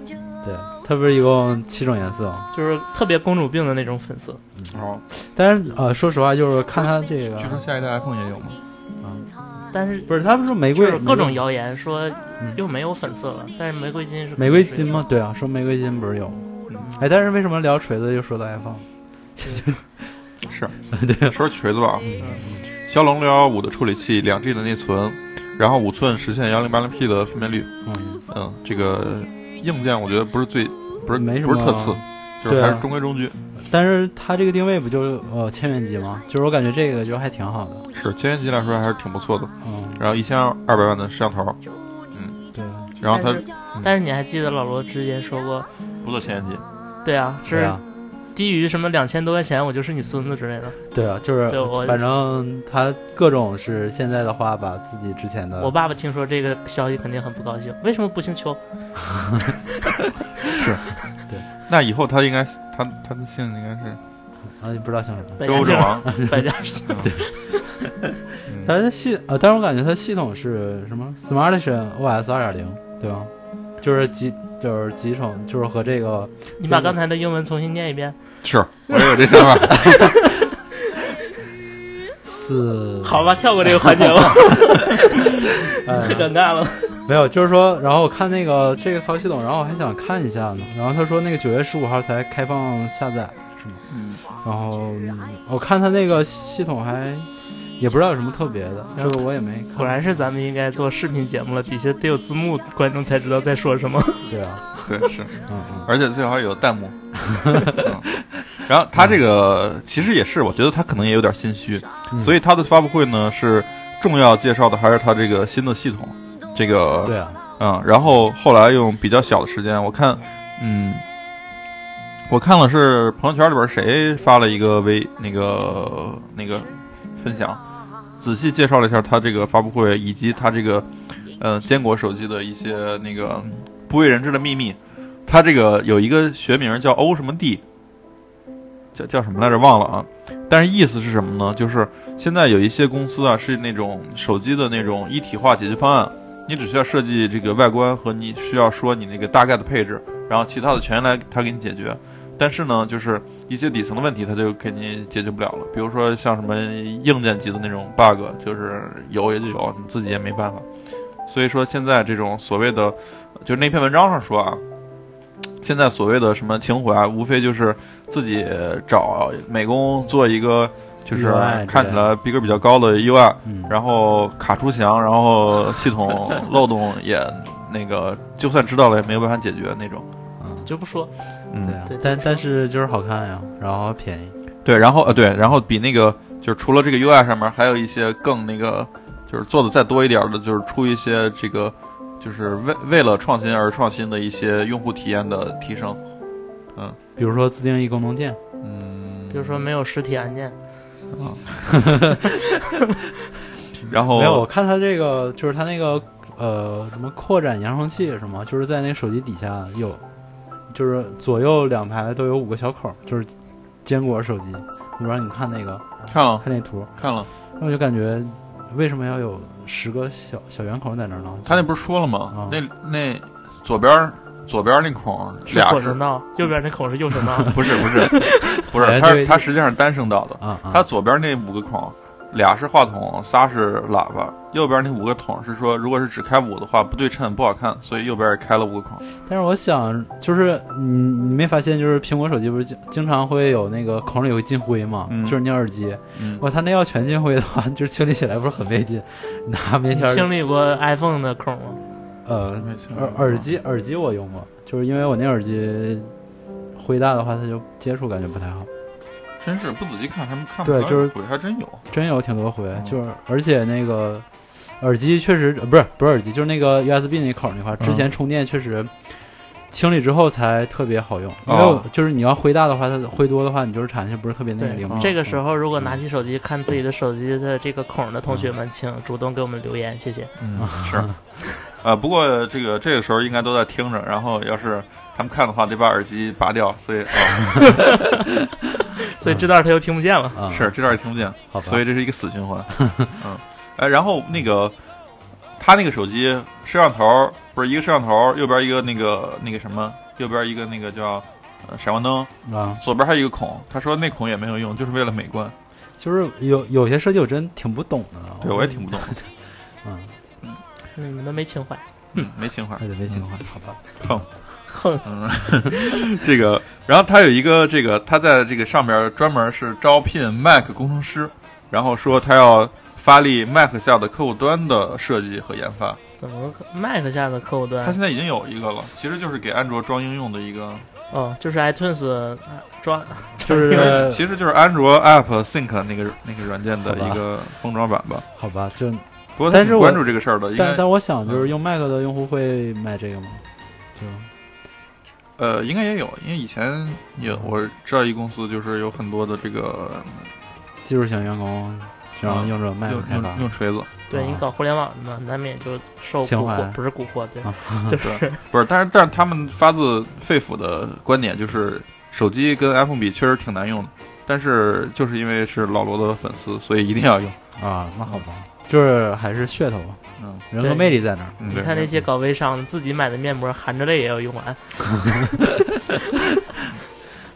S3: 对，它不是一共七种颜色吗？
S4: 就是特别公主病的那种粉色。
S2: 然后
S3: 但是呃，说实话，就是看它这个
S2: 据，说下一代 iPhone 也有嘛，
S4: 但是
S3: 不是他们说玫
S4: 就
S3: 瑰
S4: 是各种
S3: 玫
S4: 谣言说
S3: 嗯
S4: 又没有粉色了，但是玫瑰金是
S3: 玫瑰金吗？对啊，说玫瑰金不是有
S2: 嗯。
S3: 哎，但是为什么聊锤子又说到 iPhone？
S2: 是。
S3: 对，啊
S2: 说锤子吧，
S3: 嗯
S2: 骁龙六幺五的处理器，两 G 的内存，然后五寸实现幺零八零 P 的分辨率。
S3: 嗯，
S2: 嗯，这个硬件我觉得不是最不是
S3: 没什
S2: 不
S3: 么
S2: 是特次，就是
S3: 对
S2: 还
S3: 啊
S2: 是中规中矩。
S3: 但是它这个定位不就是呃千元机吗？就是我感觉这个就还挺好的，
S2: 是千元机来说还是挺不错的。
S3: 嗯，
S2: 然后一千二百万的摄像头，
S3: 对，啊
S2: 然后它
S4: 但是
S3: 嗯
S4: 但是你还记得老罗之前说过，
S2: 不做千元机，
S4: 对啊，
S3: 对
S4: 是
S3: 啊，
S4: 低于什么两千多块钱，我就是你孙子之类的。
S3: 对啊，就是
S4: 对我
S3: 反正它各种是现在的话，把自己之前的
S4: 我爸爸听说这个消息肯定很不高兴，为什么不姓邱？
S2: 那以后它应该它它的姓应该 是
S3: 啊，你不知道姓什么。
S4: 百
S2: 周啊
S4: 家
S2: 之
S4: 姓，
S2: 王。
S4: 百家 姓，
S2: 嗯
S3: 它的系呃，但是我感觉它系统是什么 Smartisan OS 二点零，对吧？就是几就是几种，就是和这个
S4: 你把刚才的英文重新念一遍。
S2: 是，我也有这想 法。
S3: 四
S4: 好吧，跳过这个环节 吧，
S3: 呃
S4: 太尴尬了。
S3: 没有，就是说，然后我看那个这个操系统，然后我还想看一下呢。然后他说那个九月十五号才开放下载，是吗？
S2: 嗯，
S3: 然后嗯我看他那个系统还也不知道有什么特别的，这个我也没看。
S4: 果然是咱们应该做视频节目了，底下得有字幕，观众才知道在说什么。
S3: 对啊，
S2: 对，是，
S3: 嗯嗯，
S2: 而且最好还有弹幕。嗯然后它这个其实也是，我觉得它可能也有点心虚，
S3: 嗯
S2: 所以它的发布会呢是重要介绍的还是它这个新的系统，这个
S3: 对啊，
S2: 嗯，然后后来用比较小的时间，我看，嗯，我看了是朋友圈里边谁发了一个微那个那个分享，仔细介绍了一下他这个发布会以及他这个呃坚果手机的一些那个不为人知的秘密。他这个有一个学名叫欧什么 D，叫叫什么来着忘了啊。但是意思是什么呢？就是现在有一些公司啊是那种手机的那种一体化解决方案，你只需要设计这个外观和你需要说你那个大概的配置，然后其他的全来它给你解决。但是呢，就是一些底层的问题，它就给你解决不了了。比如说像什么硬件级的那种 bug，就是有也就有，你自己也没办法。所以说现在这种所谓的，就是那篇文章上说啊，现在所谓的什么情怀，无非就是自己找美工做一个，就是看起来逼格比较高的 UI，
S3: 嗯，
S2: 然后卡出墙，然后系 统漏洞也那个，就算知道了也没有办法解决那种。
S3: 嗯，
S4: 就不说，
S3: 对
S2: 嗯，
S3: 啊
S4: 对，
S3: 但但是就是好看呀，然后便宜，
S2: 对，然后呃对，然后比那个就是除了这个 UI 上面，还有一些更那个就是做的再多一点的，就是出一些这个就是为为了创新而创新的一些用户体验的提升。
S3: 比如说自定义功能键，
S2: 嗯，
S4: 比如说没有实体按键，
S2: 然后
S3: 没有，我看它这个就是它那个呃什么扩展扬声器是吗？就是在那个手机底下有，就是左右两排都有五个小口，就是坚果手机。我让你看那个
S2: 看了
S3: 看那图，
S2: 看了，
S3: 然后我就感觉为什么要有十个小小圆口在那儿呢？
S2: 他那不是说了吗
S3: 啊？
S2: 那那左边儿左边儿那孔儿
S4: 是
S2: 俩
S4: 左
S2: 是
S4: 声道，右边那孔是右 声道。
S2: 不是不是不是，
S3: 哎
S2: 它
S3: 对
S2: 它实际上是单声道的。
S3: 啊啊，
S2: 它左边那五个孔，俩是话筒，仨是喇叭，右边那五个孔是说，如果是只开五的话不对称不好看，所以右边也开了五个孔。
S3: 但是我想，就是你你没发现，就是苹果手机不是经经常会有那个孔里会进灰吗？
S2: 嗯
S3: 就是你耳机，
S2: 嗯，
S3: 哇，它那要全进灰的话， 就是清理起来不是很费劲，拿棉签儿
S4: 清理过 iPhone 的孔吗？
S3: 呃
S2: 没事
S3: 耳耳机耳机我用过，就是因为我那耳机灰大的话，它就接触感觉不太好。
S2: 真是不仔细看还看不
S3: 对
S2: 出来
S3: 就是
S2: 鬼还真有。
S3: 真有挺多回，
S2: 哦
S3: 就是而且那个耳机确实呃不是不是耳机，就是那个 USB 那口儿那块儿，
S2: 嗯
S3: 之前充电确实清理之后才特别好用，因为
S2: 哦
S3: 我就是你要灰大的话，它灰多的话，你就是产生不是特别那个
S2: 哦
S3: 灵敏。
S4: 这个时候如果拿起手机看自己的手机的这个孔的同学们，请主动给我们留言，谢谢。
S2: 嗯， 是。呃，不过这个这个时候应该都在听着，然后要是他们看的话，得把耳机拔掉，所以
S3: 啊
S2: 哦，
S4: 所以这段他又听不见了。
S3: 啊，
S2: 是这段也听不见。
S3: 嗯好吧，
S2: 所以这是一个死循环。嗯，哎，然后那个他那个手机摄像头儿不是一个摄像头儿，右边一个那个那个什么，右边一个那个叫。呃闪光灯
S3: 啊，
S2: 左边还有一个孔，他说那孔也没有用，就是为了美观。
S3: 就是有有些设计我真挺不懂的，啊
S2: 对我也听不懂，
S3: 嗯，
S4: 嗯，你们没情怀，
S2: 嗯，没情怀
S3: 还。得微信换，好吧，
S4: 哼，
S2: 这个，然后他有一个这个，他在这个上边专门是招聘 Mac 工程师，然后说他要发力 Mac 下的客户端的设计和研发。
S4: 怎么个 Mac 下的客户
S2: 他
S3: 哎
S4: 端？
S2: 现在已经有一个了，其实就是给安卓装应用的一个，
S4: 哦，就是 iTunes 啊装，
S3: 就是
S4: 装
S3: 呃
S2: 其实就是安卓 App Sync 那个那个软件的一个封装版吧。
S3: 好吧，就
S2: 不过他
S3: 但是
S2: 挺
S3: 我
S2: 关注这个事儿的，应
S3: 但
S2: 该嗯
S3: 但我想就是用 Mac 的用户会买这个吗？就
S2: 呃应该也有，因为以前也
S3: 嗯
S2: 我知道一公司就是有很多的这个
S3: 技术型员工，然后
S2: 嗯
S3: 用着 Mac
S2: 用
S3: 开发
S2: 用，用锤子，
S4: 对你
S3: 啊
S4: 搞互联网的嘛，难免就受
S3: 情
S4: 蛊
S3: 怀
S4: 惑，不是蛊惑，对
S3: 啊，
S4: 就是
S2: 不是，但是但是他们发自肺腑的观点就是，手机跟 iPhone 比确实挺难用的，但是就是因为是老罗的粉丝，所以一定要用。
S3: 啊，那好吧，就是还是噱头吧，
S2: 嗯，
S3: 人格魅力在那儿。
S2: 嗯
S4: 你
S2: 对
S4: 看那些搞微商的自己买的面膜，含着泪也要用完。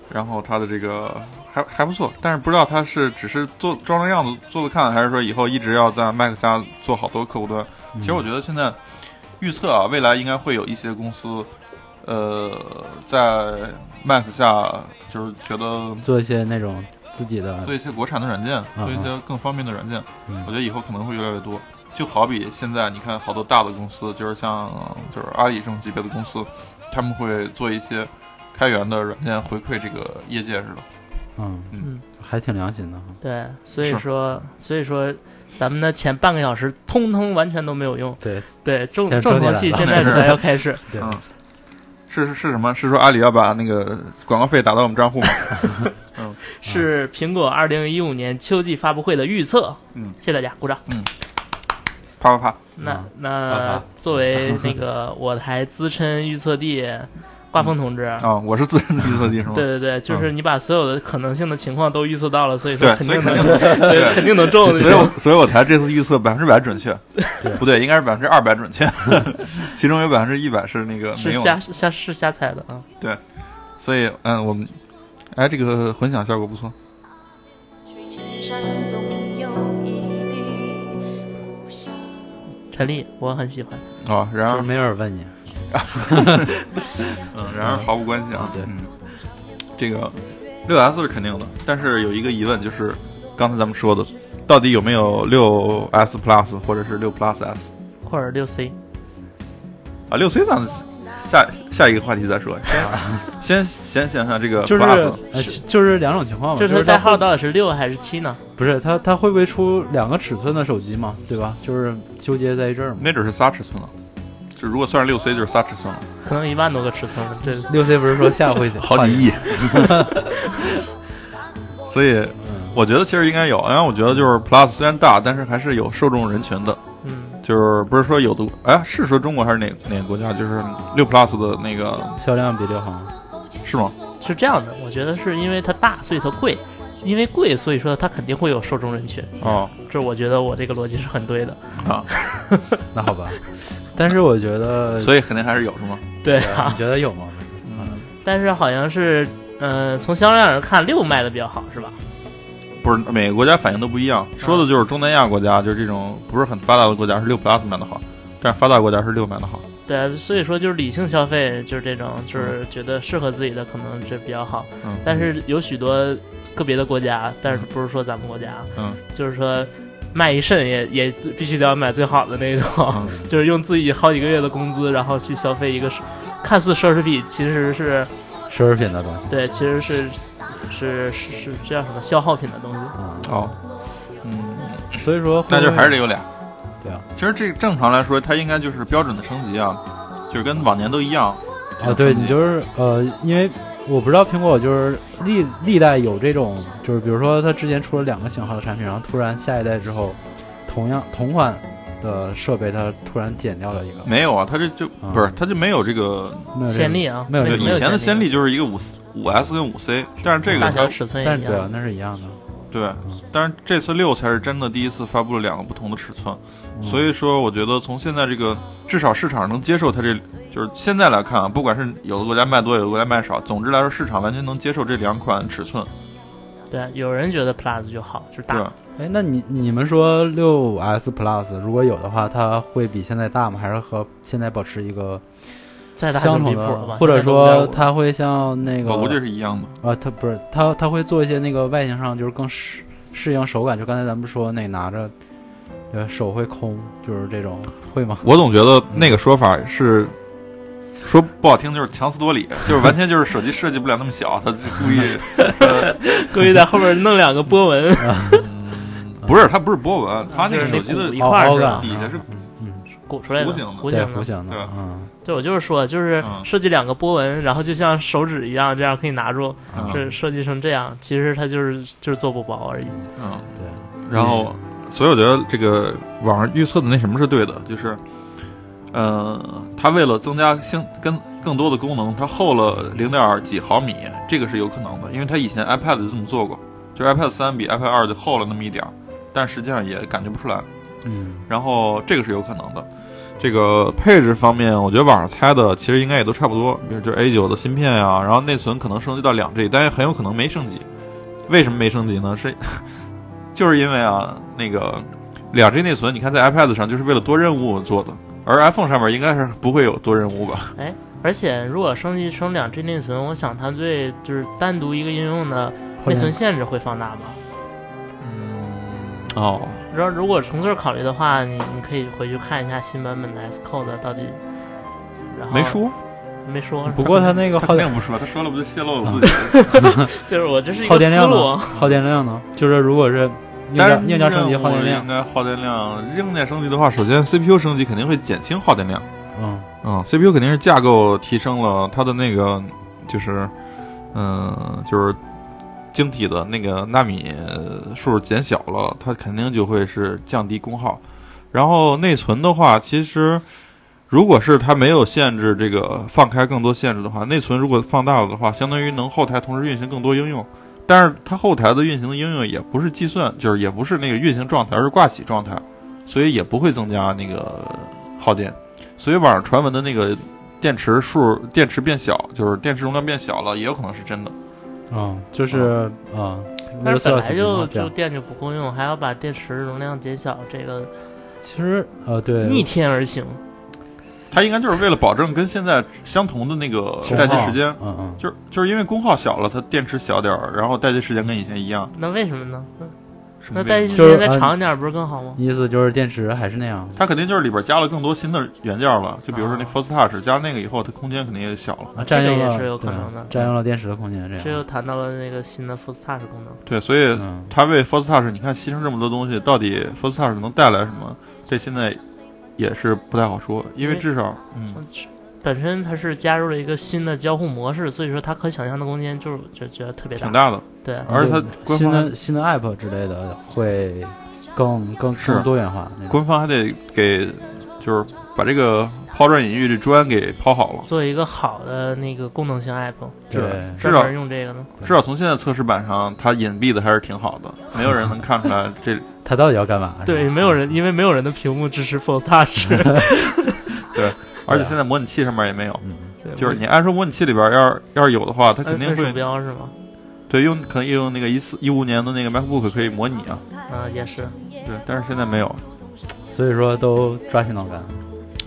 S2: 然后它的这个还还不错，但是不知道它是只是做装装样子做做看，还是说以后一直要在 Mac 家做好多客户端。
S3: 嗯
S2: 其实我觉得现在预测啊，未来应该会有一些公司，呃，在 Mac 下就是觉得
S3: 嗯做一些那种自己的
S2: 做一些国产的软件，做一些更方便的软件，
S3: 嗯
S2: 我觉得以后可能会越来越多。就好比现在你看好多大的公司，就是像就是阿里这种级别的公司，他们会做一些开源的软件回馈这个业界似的。
S3: 嗯，
S4: 嗯，
S3: 还挺良心的哈。
S4: 对，所以
S2: 是
S4: 说，所以说，咱们的前半个小时通通完全都没有用。
S3: 对
S4: 对，重
S3: 现在
S4: 重
S3: 重点
S4: 头戏
S3: 来
S4: 现
S2: 了
S4: 在才要开始。
S3: 对，
S2: 嗯是是是什么？是说阿里要把那个广告费打到我们账户吗？
S4: 是苹果二零一五年秋季发布会的预测。
S2: 嗯，
S4: 谢谢大家，鼓掌。
S2: 啪啪啪！
S4: 那
S3: 啊
S4: 那
S3: 好
S4: 作为那 个我台资深预测帝挂风同志，
S2: 啊，我是自认的预测帝是吗？
S4: 对对对，就是你把所有的可能性的情况都预测到了，所以说
S2: 哦对，
S4: 肯
S2: 所以
S4: 定
S2: 肯
S4: 能
S2: 定对
S4: 对 肯定能中。
S2: 所以我所以我才这次预测百分之百准确
S3: 对，
S2: 不对，应该是百分之二百准确， 其中有百分之一百是那个
S4: 是
S2: 没有的。
S4: 瞎瞎是瞎猜的啊。
S2: 所以，嗯，我们，哎，这个混响效果不错。
S5: 水之上总有一滴故乡。
S4: 陈丽，我很喜欢。
S2: 哦，然
S3: 就是
S2: 而，
S3: 没有人问你，
S2: 嗯，然而毫无关系啊。
S3: 对
S2: 嗯，这个六 S 是肯定的，但是有一个疑问就是，刚才咱们说的，到底有没有六 S Plus 或者是六 Plus S
S4: 或者六 C，
S2: 啊？六 C 咱们下下一个话题再说， 先先先想想这个
S3: 啊就是
S2: Plus，
S3: 呃，其就是两种情
S2: 哦
S3: 况嘛，
S4: 就
S3: 就
S4: 是它
S3: 是
S4: 代
S3: 它
S4: 号
S3: 会
S4: 到底是六还是七呢？
S3: 不是它它会不会出两个尺寸的手机嘛，对吧？就是纠结在这儿嘛。
S2: 没准是仨尺寸了。就如果算是六 C，就是仨尺寸了，
S4: 可能一万多个尺寸，这
S3: 六 C 不是说下回
S2: 好几亿。所以
S3: 嗯
S2: 我觉得其实应该有，因为我觉得就是 Plus 虽然大，但是还是有受众人群的，
S4: 嗯，
S2: 就是不是说有的，哎，是说中国还是哪哪个国家？就是六 Plus 的那个
S3: 销量比六行，
S2: 是吗？
S4: 是这样的。我觉得是因为它大，所以它贵，因为贵，所以说它肯定会有受众人群。
S2: 哦，
S4: 这我觉得我这个逻辑是很对的。
S3: 那好吧。但是我 觉得，
S2: 哦所以肯定还是有是吗？
S4: 对啊，
S3: 你觉得有吗？
S2: 嗯，
S4: 但是好像是，呃，从销量上看，六卖的比较好，是吧？
S2: 不是每个国家反应都不一样，说的就是中南亚国家，就是这种不是很发达的国家是六 plus 卖的好，但是发达国家是六卖的好。
S4: 对啊，所以说就是理性消费，就是这种，就是觉得适合自己的可能这比较好。
S2: 嗯
S4: 但是有许多个别的国家，但是不是说咱们国家，啊
S2: 嗯，
S4: 就是说卖一肾也也必须得要买最好的那种，
S2: 嗯
S4: 就是用自己好几个月的工资，然后去消费一个奢看似奢侈品，其实是
S3: 奢侈品的东西
S4: 对，其实是是是是这叫什么消耗品的东西。
S3: 啊、
S2: 哦，嗯，
S3: 所以说会
S2: 那就还是得
S3: 不
S2: 有俩。
S3: 对啊，
S2: 其实这正常来说，它应该就是标准的升级啊，就是跟往年都一样。
S3: 会啊，对
S2: 升级
S3: 你就是呃，因为我不知道苹果就是历历代有这种，就是比如说它之前出了两个型号的产品，然后突然下一代之后，同样同款的设备它突然减掉了一个，
S2: 没有啊，它这就
S3: 啊
S2: 不是，它就没有这个。
S3: 没有这个
S4: 先例啊，
S3: 没有
S2: 对，
S3: 这个
S4: 没有
S2: 以前的先
S4: 例
S2: 例，就是一个五五 S 跟五 C，但是这个
S4: 大小
S2: 它
S4: 尺寸也
S3: 但
S4: 一
S3: 是对啊
S4: 样，。
S3: 那是一样的，
S2: 对，但是这次六才是真的第一次发布了两个不同的尺寸，
S3: 嗯
S2: 所以说我觉得从现在这个至少市场能接受它这，就是现在来看啊，不管是有的国家卖多，有的国家卖少，总之来说市场完全能接受这两款尺寸。
S4: 对，有人觉得 Plus 就好，就是大
S2: 对，
S3: 哎，那你你们说六 S Plus 如果有的话，它会比现在大吗？还是和现在保持一个
S4: 再大就
S3: 相同
S4: 离谱
S3: 的
S4: 了吧？，
S3: 或者
S4: 现在都
S3: 说
S4: 5.5
S3: 它会像那个
S2: 我估计是一样的。
S3: 啊，它不是它它会做一些那个外形上就是更适适应手感，就刚才咱们说那拿着呃手会空，就是这种会吗？
S2: 我总觉得那个说法是。说不好听就是强词夺理，就是完全就是手机设计不了那么小，他就故意说
S4: 故意在后面弄两个波纹，
S2: 不是，他不是波纹， 他那个手机
S4: 嗯就是那
S2: 的
S4: 鼓一块儿
S3: 凹
S4: 是
S3: 感
S4: 吧？
S2: 底下是
S4: 鼓出来的，
S2: 弧形的
S4: 弧
S3: 对
S4: 形
S3: 弧
S4: 的。
S3: 形的
S2: 对吧
S3: 嗯，
S4: 对，我就是说，就是
S2: 嗯
S4: 设计两个波纹，然后就像手指一样，这样可以拿住，
S2: 嗯
S4: 是设计成这样。其实它就是就是做不薄而已。
S2: 嗯，
S3: 对，
S2: 然后，所以我觉得这个网上预测的那什么是对的，就是，呃，它为了增加性跟更多的功能，它厚了零点几毫米，这个是有可能的，因为它以前 iPad 就这么做过，就是 iPad 三比 iPad 二就厚了那么一点儿，但实际上也感觉不出来。
S3: 嗯，
S2: 然后这个是有可能的。这个配置方面，我觉得网上猜的其实应该也都差不多，比如就是 A 9的芯片呀、然后内存可能升级到两 G，但是很有可能没升级。为什么没升级呢？是 就是因为啊，那个两 G 内存，你看在 iPad 上就是为了多任务做的，而 iPhone 上面应该是不会有多任务吧？
S4: 而且如果升级成两 G 内存，我想它对就是单独一个应用的内
S3: 会
S4: 存
S3: 像
S4: 限制会放大吧。
S3: 嗯
S2: 哦，
S4: 然后如果从这儿考虑的话，你你可以回去看一下新版本的 Xcode 到底。然后
S2: 没，说，
S4: 没说。
S3: 不过它那个
S2: 他
S3: 耗
S2: 肯
S3: 电
S2: 啊定不说，他说了不就泄露了自己？
S4: 就是我这是一
S3: 耗
S4: 个
S3: 电
S4: 思
S3: 量
S4: 路啊
S3: 呢？。耗电量呢？就是如果是嗯硬
S2: 但
S3: 件
S2: 是
S3: 硬件升级耗电量
S2: 应，该耗电量，硬件升级的话，首先 CPU 升级肯定会减轻耗电量。
S3: 嗯，
S2: 嗯，CPU 肯定是架构提升了，它的那个就是，嗯、就是晶体的那个纳米呃数减小了，它肯定就会是降低功耗。然后内存的话，其实如果是它没有限制这个放开更多限制的话，内存如果放大了的话，相当于能后台同时运行更多应用。但是它后台的运行的应用也不是计算，就是也不是那个运行状态，而是挂起状态，所以也不会增加那个耗电。所以网上传闻的那个电池数、电池变小，就是电池容量变小了，也有可能是真的。
S3: 嗯，就是啊，
S4: 但是本来就
S3: 这
S4: 就
S3: 样。
S4: 电就不够用，还要把电池容量减小，这个
S3: 其实呃，对，
S4: 逆天而行。
S2: 它应该就是为了保证跟现在相同的那个
S3: 功耗
S2: 待机时间，
S3: 嗯嗯，
S2: 就是就是因为功耗小了，它电池小点儿，然后待机时间跟以前一样。
S4: 那为什么呢？那
S2: 嗯什么
S4: 那
S2: 原
S4: 待
S2: 因
S4: 机时
S3: 就是
S4: 间再长一点不是更好吗？
S3: 意思就是电池还是那样
S2: 它肯定就是里边加了更多新的元件了，就比如说那
S4: 啊
S2: Force Touch 加那个以后，它空间肯定也小了。
S3: 啊，占用
S4: 这个
S3: 了
S4: 也是有可
S3: 对
S4: 能的
S3: 占用了电池的空间，这样
S4: 这又谈到了那个新的 Force Touch 功能，
S2: 对，所以
S3: 嗯，
S2: 它为 Force Touch，你看牺牲这么多东西，到底 Force Touch 能带来什么？这现在也是不太好说，因为
S4: 对
S2: 至少嗯。
S4: 本身它是加入了一个新的交互模式，所以说它可想象的空间就是就觉得特别
S2: 挺大的，
S4: 对，
S2: 而且它
S3: 对
S2: 官
S3: 新
S2: 方
S3: 的新的 app 之类的会更更
S2: 是
S3: 更多元化那种。
S2: 官方还得给，就是把这个抛砖引玉这砖给抛好了。
S4: 做一个好的那个功能性 app，
S3: 对，
S2: 是
S4: 专
S2: 啊
S4: 门用这个呢。
S2: 至少从现在测试版上，它隐蔽的还是挺好 的，没有人能看出来这。
S3: 它到底要干嘛？
S4: 对，
S3: 是吧
S4: 没有。人，因为没有人的屏幕支持 Force Touch，
S2: 而且现在模拟器上面也没有，
S3: 嗯，
S4: 对
S2: 就是你按说模拟器里边要是要是有的话，它
S4: 摁
S2: 肯定
S4: 摁鼠
S2: 会
S4: 标是吗？
S2: 对，用可能也用那个一四一五年的那个 MacBook 可以模拟啊，
S4: 啊，也是，
S2: 对，但是现在没有。
S3: 所以说都抓心挠肝。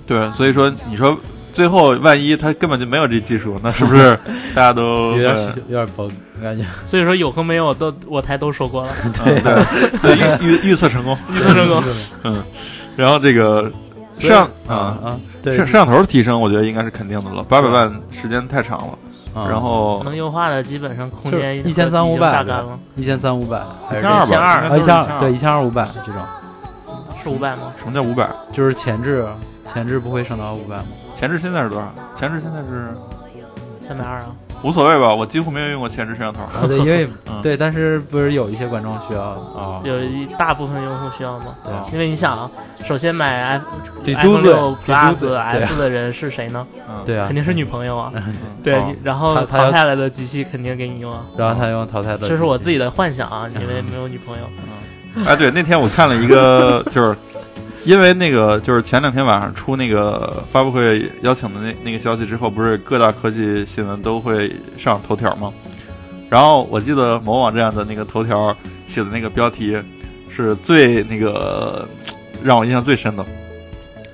S2: 对，所以说你说最后万一他根本就没有这技术，那是不 是大家都呃
S3: 有点
S2: 会
S3: 有点崩，感觉
S4: 所以说有和没有都我台都 说过了，
S2: 嗯对，所以预预预测成功。
S4: 你说这个
S2: 嗯，然后这个摄像
S3: 啊
S2: 啊，
S3: 啊，对，
S2: 摄摄像头的提升，我觉得应该是肯定的了。八百万时间太长了，
S3: 啊
S2: 然后
S4: 能优化的基本上空间
S3: 就是1300
S4: 已经榨干了，
S3: 一千三五百，还
S2: 一
S3: 是
S2: 千呃二
S4: 1200
S2: 吧，应该
S3: 啊
S2: 都是
S3: 一千二对
S2: 1200
S3: 一千二五百这种，
S4: 是五百吗？
S2: 什么叫五百？
S3: 就是前置前置不会上到五 百吗？
S2: 前置现在是多少？前置现在是
S4: 三百二啊，
S2: 无所谓吧，我几乎没有用过前置摄像头
S3: 啊，对，因为
S2: 嗯
S3: 对，但是不是有一些观众需要
S2: 啊。
S4: 有一大部分用户需要吗？
S3: 对
S4: 因为你想啊，首先买 i
S3: 得
S4: iPhone
S3: 嘟嘴
S4: 六
S3: 得嘟
S4: Plus
S3: 嘴，对啊
S4: S 的人是谁呢？
S2: 嗯，
S3: 对啊
S4: 肯，定是女朋友啊。
S2: 嗯
S4: 对
S3: 哦，
S4: 然后
S3: 他他要
S4: 淘汰了的机器肯定给你用啊。
S3: 然后他用淘汰的，嗯
S4: 这是我自己
S3: 的，
S4: 的幻想啊，因为没有女朋友。
S2: 哎，对，那天我看了一个，就是因为那个，就是前两天晚上出那个发布会邀请的那那个消息之后，不是各大科技新闻都会上头条吗？然后我记得某网站的那个头条写的那个标题是最那个让我印象最深的，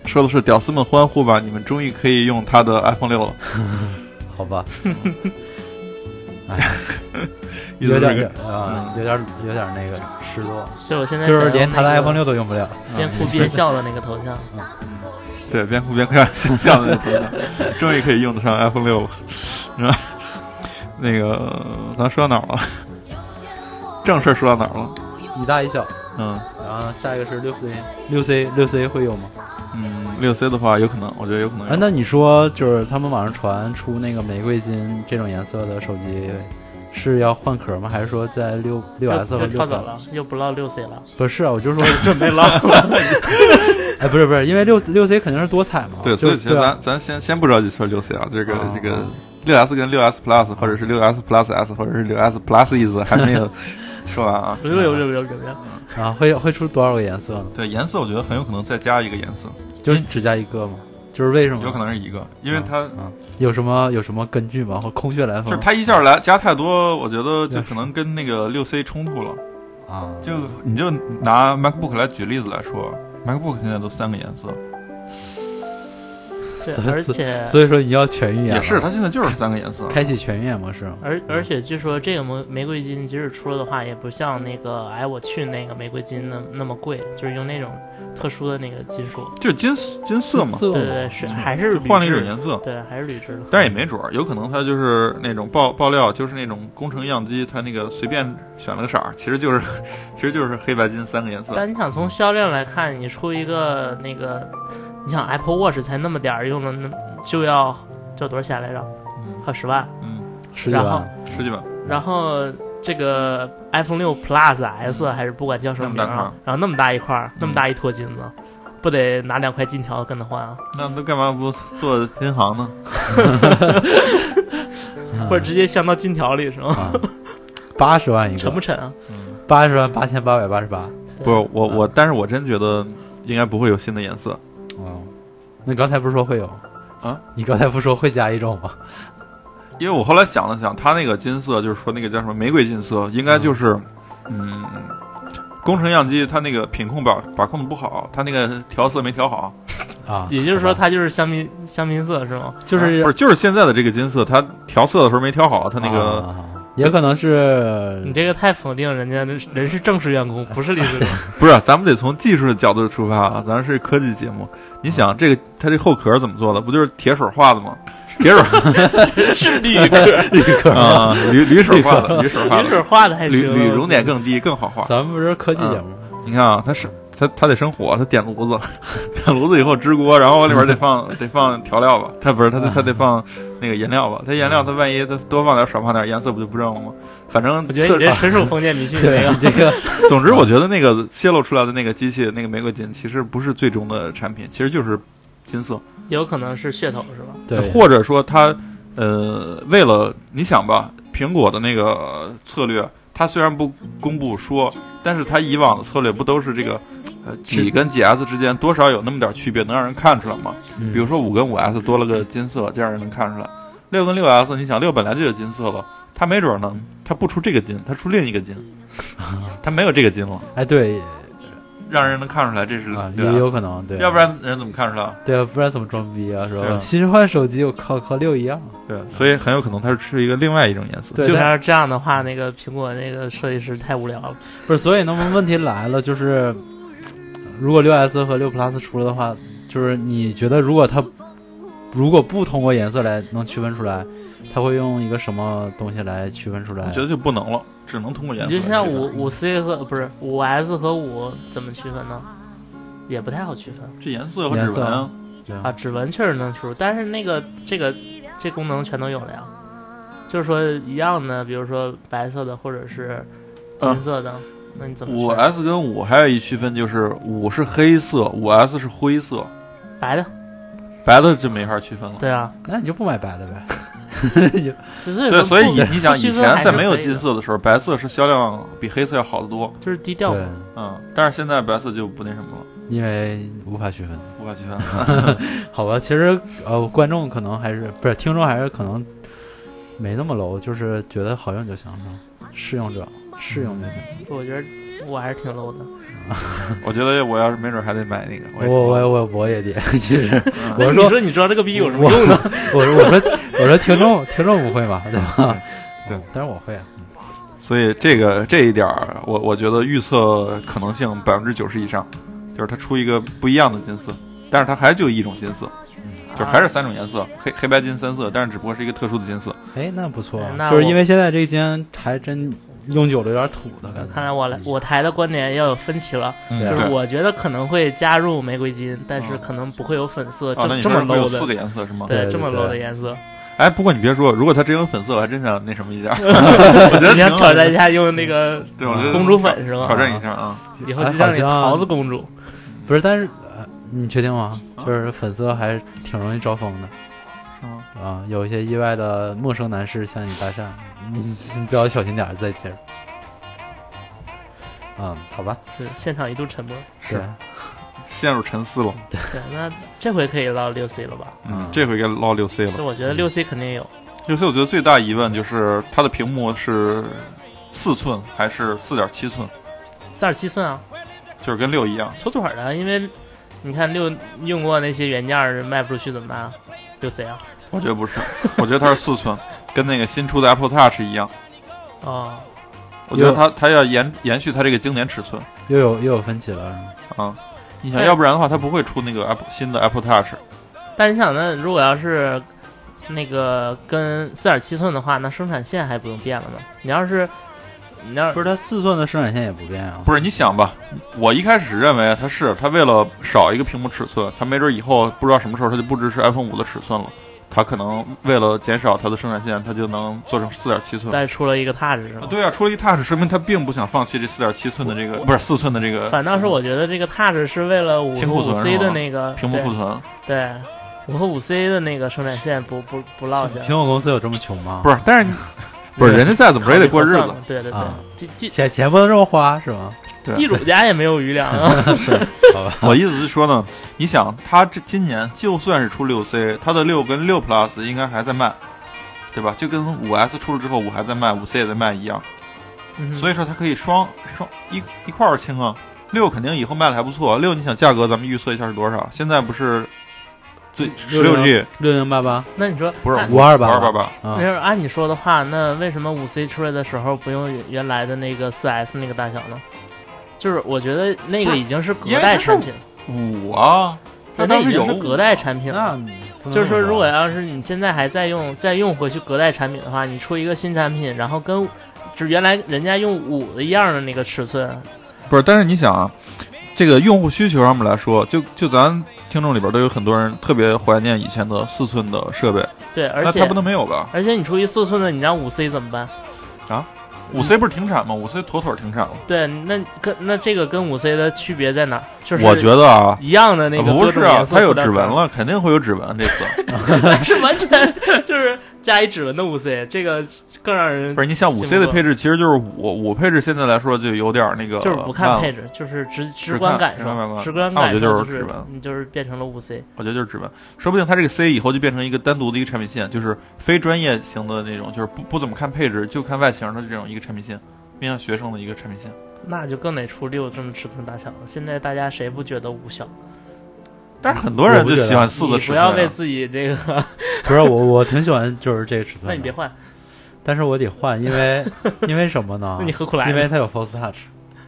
S2: 说的是“屌丝们欢呼吧，你们终于可以用他的 iPhone 六了
S3: 好吧，”，
S2: 意思
S3: 有
S2: 是
S3: 点
S2: 个
S3: 啊，有点有点那个失落，
S4: 所以我现在
S3: 就是连他的
S4: 想要
S3: iPhone 六都用不了，
S4: 那个 边哭边笑的那个头像，
S2: 对，边哭边看像的头像，终于可以用得上 iPhone 六了。然后那个，咱说到哪儿了？正事儿说到哪儿了？
S3: 一大一小。
S2: 嗯
S3: 然后下一个是六 C，六 C 六 C 会有吗？
S2: 嗯，六 C 的话，有可能，我觉得有可能有。
S3: 哎，那你说就是他们网上传出那个玫瑰金这种颜色的手机，是要换壳吗？还是说在六 六
S4: 又
S3: S 和
S4: 又
S3: 六
S4: 跳走了
S3: S？，
S4: 又不唠六 C 了，
S3: 不是啊，我就说，
S4: 准 备唠。
S3: 哎，不是不是，因为六六 C 肯定是多彩嘛。
S2: 对，
S3: 就
S2: 所以其实
S3: 对啊
S2: 咱咱先先不着急说六 C 啊，这个
S3: 啊
S2: 这个六 S 跟六 S Plus 或者是六 S Plus S 或者是六 S Plus is 还 没有说完啊。
S4: 六六六六六六，
S3: 啊，会会出多少个颜色呢？
S2: 对颜色，我觉得很有可能再加一个颜色，
S3: 就是只加一个吗？就是为什么？
S2: 嗯有可能是一个，因为它
S3: 啊，有什么有什么根据吗？或空穴来
S2: 就是
S3: 风
S2: 它一下来加太多，我觉得就可能跟那个六 C 冲突了。
S3: 啊？
S2: 就你就拿 MacBook 来举例子来说，MacBook 现在都三个颜色，
S4: 对
S3: 所，以
S4: 而且
S3: 所以说你要啊全预言
S2: 也
S3: 了，
S2: 是它现在就是三个颜色。
S3: 开启全预言模式吗。
S4: 而而且据说这个玫玫瑰金即使出了的话，也不像那个哎我去那个玫瑰金那那么贵，就是用那种特殊的那个金属。
S2: 就是金丝金色嘛，
S4: 对对对，是还是
S2: 就
S4: 铝
S2: 换了一
S4: 制
S2: 种
S4: 的
S2: 颜色。
S4: 对，还是铝制的。
S2: 但是也没准儿，有可能它就是那种爆爆料，就是那种工程样机，它那个随便选了个色儿，其实就是 其实就是黑白金三个颜色。
S4: 但你想从销量来看，你出一个那个，你想 Apple Watch 才那么点儿用的，那就要就多少钱来着？
S2: 嗯
S4: 快十万。
S2: 嗯，
S3: 十几万
S4: 然后
S3: 啊
S2: 吃去吧。
S4: 然后这个 iPhone 六 Plus S 还是不管叫什么名
S2: 嗯那么大块
S4: 啊
S2: 儿，
S4: 然后那么大一块儿，那么
S2: 嗯
S4: 大一坨金子，不得拿两块金条跟他换啊？
S2: 那都干嘛不做银行呢？
S3: 嗯
S4: 或者直接镶到金条里是吗？
S3: 啊，八十万一
S4: 沉不
S3: 个，
S4: 沉啊？
S2: 嗯，
S3: 八十万八千八百八十八。
S2: 不是我我，但是我真觉得应该不会有新的颜色。
S3: 哦，那刚才不是说会有
S2: 啊？
S3: 你刚才不是说会加一种吗？
S2: 因为我后来想了想，它那个金色就是说那个叫什么玫瑰金色，应该就是，嗯，工程样机它那个品控把把控的不好，它那个调色没调好，
S3: 啊，
S4: 也就是说
S3: 好吧
S4: 它就是香槟香槟色是吗？
S3: 就
S2: 啊不是就是现在的这个金色，它调色的时候没调好，它那个、
S3: 啊也可能
S4: 你
S3: 是
S4: 这个太否定人家，人是正式 员工，不是临时工。
S2: 不是，啊咱们得从技术的角度出发啊，咱是科技节目，你想这个它这后壳怎么做的？不就是铁水画的吗？铁水
S4: 是铝壳，
S3: 绿壳。
S2: 啊，铝铝水画的，铝水画
S4: 铝水
S2: 的，
S4: 画的还
S2: 铝
S4: 行啊。
S2: 铝
S4: 我
S2: 熔
S4: 觉得
S2: 点更低，更好画。
S3: 咱们不是科技节目吗，
S2: 你看啊，它是它它得生火，它点炉子， 点炉子以后支锅，然后往里边得放 得放调料吧，它不是它
S4: 嗯
S2: 得它得放那个颜料吧，它颜料它万一它多放点少放点颜色不就不正了吗？反正
S4: 我觉得你这
S2: 测
S4: 纯属封建迷信，你
S3: 对
S4: 这个
S3: 你 这个
S2: 总之我觉得那个泄露出来的那个机器那个玫瑰金其实不是最终的产品，其实就是金色，
S4: 有可能是噱头是吧？
S3: 对
S2: 或者说它呃为了你想吧，苹果的那个策略，它虽然不公布说，但是它以往的策略不都是这个呃几跟几 S 之间多少有那么点区别，能让人看出来吗？
S3: 嗯
S2: 比如说五跟五 S 多了个金色，这样人能看出来。六跟六 S，你想六本来就有金色了，他没准儿呢，他不出这个金，他出另一个金，他没有这个金了，
S3: 哎，对
S2: 让人能看出来这是
S3: 啊，也
S2: 六 S
S3: 有可能，对，
S2: 要不然人怎么看出来？
S3: 对啊，不然怎么装逼啊？是吧
S2: 对？
S3: 新换手机，我靠，和六一样。
S2: 对，所以很有可能它是吃一个另外一种颜色。
S3: 对
S2: 就
S3: 它
S4: 要是这样的话，那个苹果那个设计师太无聊了。
S3: 不是，所以那么问题来了，就是如果六 S 和六 Plus 出了的话，就是你觉得如果它如果不通过颜色来能区分出来，它会用一个什么东西来区分出来
S2: 我？觉得就不能了，只能通过颜
S4: 你
S2: 色。
S4: 就像五，五 C 和不是五 S 和五怎么区分呢？也不太好区分
S2: 这颜色和指纹啊，
S3: 对
S4: 啊。指纹确实能输入，但是那个这个这功能全都有了呀。就是说一样的，比如说白色的或者是
S2: 嗯
S4: 金色的，那你怎么
S2: 五
S4: 区分
S2: S 跟五还有一区分就是五是黑色，五 S 是灰色，
S4: 白的？
S2: 白的就没法区分了。
S4: 对啊，
S3: 那你就不买白的呗？
S4: 所以
S2: 对，
S4: 说
S2: 所以
S4: 不
S2: 你你想
S4: 不区
S2: 以
S4: 分
S2: 前
S4: 还
S2: 在
S4: 是
S2: 没有
S4: 可以的
S2: 金色的时候，白色是销量比黑色要好得多，
S4: 就是低调
S3: 对
S4: 嘛。，
S2: 嗯，但是现在白色就不那什么了，
S3: 因为无法区分。
S2: 无法区分。
S3: 好吧，其实呃，观众可能还是不是听众还是可能没那么 low，就是觉得好用就行，是吧？试用者试用就行。
S4: 我觉得我还是挺 low 的。
S2: 我觉得我要是没准还得买那个，
S3: 我
S2: 也
S3: 我我我也得，其 实
S2: 嗯
S3: 我
S4: 你
S3: 说
S4: 说你装这个逼有什么
S3: 我
S4: 用呢？
S3: 我说我说我说听众听众不会吧，对 吧？
S2: 对对，
S3: 但是我会啊。
S2: 所以这个这一点儿，我我觉得预测可能性百分之九十以上，就是它出一个不一样的金色，但是它还就一种金色，就是还是三种颜色，黑黑白金三色，但是只不过是一个特殊的金色。
S3: 哎，那不错啊
S4: 哎，那
S3: 就是
S4: 我
S3: 因为现在这间还真用久了有点土的感觉。嗯
S4: 看来我来我台的观点要有分歧了，
S2: 嗯
S4: 就是
S2: 对。
S4: 我觉得可能会加入玫瑰金，但是
S2: 嗯
S4: 可能不会有粉色
S2: 哦，那
S4: 这
S2: 你
S4: 这
S2: 说
S4: 么
S2: 是会有
S4: low
S2: 四
S4: 的，
S2: 个颜色是吗？
S3: 对对
S4: 这么
S3: 对
S4: low 的颜色，
S2: 哎，不过你别说，如果它真有粉色，我还真想那什么一下。
S4: 我
S2: 觉得挺
S4: 想
S2: 好的
S4: 挑战一下用那个
S2: 对，我觉得
S4: 公主粉是
S2: 挑
S4: 吗？
S2: 战一下啊。
S4: 以后就
S3: 哎
S4: 叫
S3: 好
S4: 你
S3: 像
S4: 桃子公主，
S3: 不是，但是呃，你确定吗？
S2: 啊
S3: 就是粉色还是挺容易招风的。
S2: 是吗？
S3: 啊，有一些意外的陌生男士向你搭讪，你你最好小心点儿，再见。嗯，好吧，
S4: 是现场一度沉默。
S2: 是
S3: 对啊
S2: 陷入沉思了。
S4: 对，那这回可以到六 C 了吧？
S2: 嗯
S3: 嗯，
S2: 这回该捞六 C
S4: 就
S2: 了。
S4: 我觉得六 C 肯定有，
S2: 六 C 我觉得最大疑问就是它的屏幕是四寸还是四点七寸，
S4: 三十七寸啊，
S2: 就是跟六一样。
S4: 妥妥的，因为你看六用过那些原件儿卖不出去怎么办啊？六 C 啊，
S2: 我觉得不是， 我觉得它是四寸，跟那个新出的 Apple Touch 一样。
S4: 哦，
S2: 我觉得它它要延延续它这个经典尺寸
S3: 又有又有分歧了，是吗？
S2: 啊。你想
S4: 对
S2: 要不然的话，它不会出那个 Apple 新的 Apple Touch。
S4: 但你想，那如果要是那个跟四点七寸的话，那生产线还不用变了吗？你要是你要
S3: 不是，它四寸的生产线也不变啊。
S2: 不是，你想吧，我一开始认为它是它为了少一个屏幕尺寸，它没准以后不知道什么时候它就不支持 iPhone 五的尺寸了。它可能为了减少它的生产线，它就能做成四点七寸。
S4: 再出了一个踏实是吗？
S2: 对啊，出了一 Touch，说明它并不想放弃这四点七寸的这个，不是四寸的这个
S4: 反倒是我觉得这个踏实是为了五
S2: 啊清库
S4: 和五
S2: 存是
S4: C
S2: 吗
S4: 的那个
S2: 屏幕库存。
S4: 对五和五 C 的那个生产线不不不落下
S3: 苹，果公司有这么穷吗？
S2: 不是，但是你不是人家再怎么着也得过日子。。
S4: 对对对
S3: 啊，
S4: 地地
S3: 钱钱不能这么花是 吗？
S2: 对
S4: 地主家也没有余粮 啊。
S2: 我意思是说呢，你想，它这今年就算是出六 C，它的六跟六 Plus 应该还在卖，对吧？就跟五 S 出了之后，五还在卖，五 C 也在卖一样。
S4: 嗯
S2: 所以说它可以双双一一块儿清啊。六肯定以后卖的还不错，六你想价格咱们预测一下是多少？现在不是最十六 G
S3: 六零八八
S4: 那你说
S2: 不是
S4: 那
S3: 五二八
S2: 二八八，
S3: 啊
S4: 那，要是按你说的话，那为什么五 C 出来的时候不用原原来的那个四 S 那个大小呢？就是我觉得那
S2: 不
S4: 个
S2: 是
S4: 已经是
S2: 因
S4: 隔
S2: 为
S4: 代
S2: 它是
S4: 产品，
S2: 五啊，它
S4: 那那
S2: 当
S4: 已
S2: 时
S4: 经
S2: 有啊
S4: 是
S2: 五
S4: 隔代产品
S3: 那
S4: 了。嗯
S3: 你不能
S4: 就是说，
S3: 这么
S4: 如果
S3: 说
S4: 要是你现在还在用再用回去隔代产品的话，你出一个新产品，然后跟就是原来人家用五的一样的那个尺寸，
S2: 不是，但是你想啊，这个用户需求上面来说，就就咱听众里边都有很多人特别怀念以前的四寸的设备，
S4: 对，而
S2: 那
S4: 且
S2: 它不能没有吧？
S4: 而且你出一四寸的，你让五 C 怎么办？
S2: 五 C 不是停产吗？五 C 妥妥停产了。
S4: 对，那跟那这个跟五 C 的区别在哪儿？就是
S2: 我觉得啊，
S4: 一样的那个
S2: 不
S4: 各
S2: 是
S4: 种
S2: 啊
S4: 颜，色
S2: 它有
S4: 塑料
S2: 指纹啊
S4: 壳
S2: 了，肯定会有指纹这次。
S4: 但是完全就是加一指纹的五 C，这个更让人
S2: 不是你像五 C
S4: 兴
S2: 的
S4: 奋
S2: 配置，其实就是五五配置现在来说就有点儿那个，
S4: 就是不看配
S2: 置，
S4: 置，就是直直
S2: 只
S4: 观
S2: 看
S4: 感
S2: 直观感
S4: 受，
S2: 官
S4: 直观
S2: 那我
S4: 感
S2: 觉
S4: 受
S2: 得就是
S4: 是
S2: 指纹
S4: 你就是变成了五 C，
S2: 我觉得就是指纹，说不定它这个 C 以后就变成一个单独的一个产品线，就是非专业型的那种，就是不不怎么看配置，就看外形的这种一个产品线，面向学生的一个产品线。
S4: 那就更得出六这么尺寸大小了。现在大家谁不觉得五小？
S2: 但是很多人
S3: 我不
S2: 就
S3: 觉得
S2: 喜欢四的
S4: 你
S2: 尺
S4: 不
S2: 寸
S4: 要为
S2: 啊，
S4: 自己这个，
S3: 不是我，我挺喜欢就是这个尺寸的。
S4: 那你
S2: 啊
S4: 别换，
S3: 但是我得换，因 为因为什么呢？
S4: 那你何苦来呢
S3: 因为它有 Force Touch，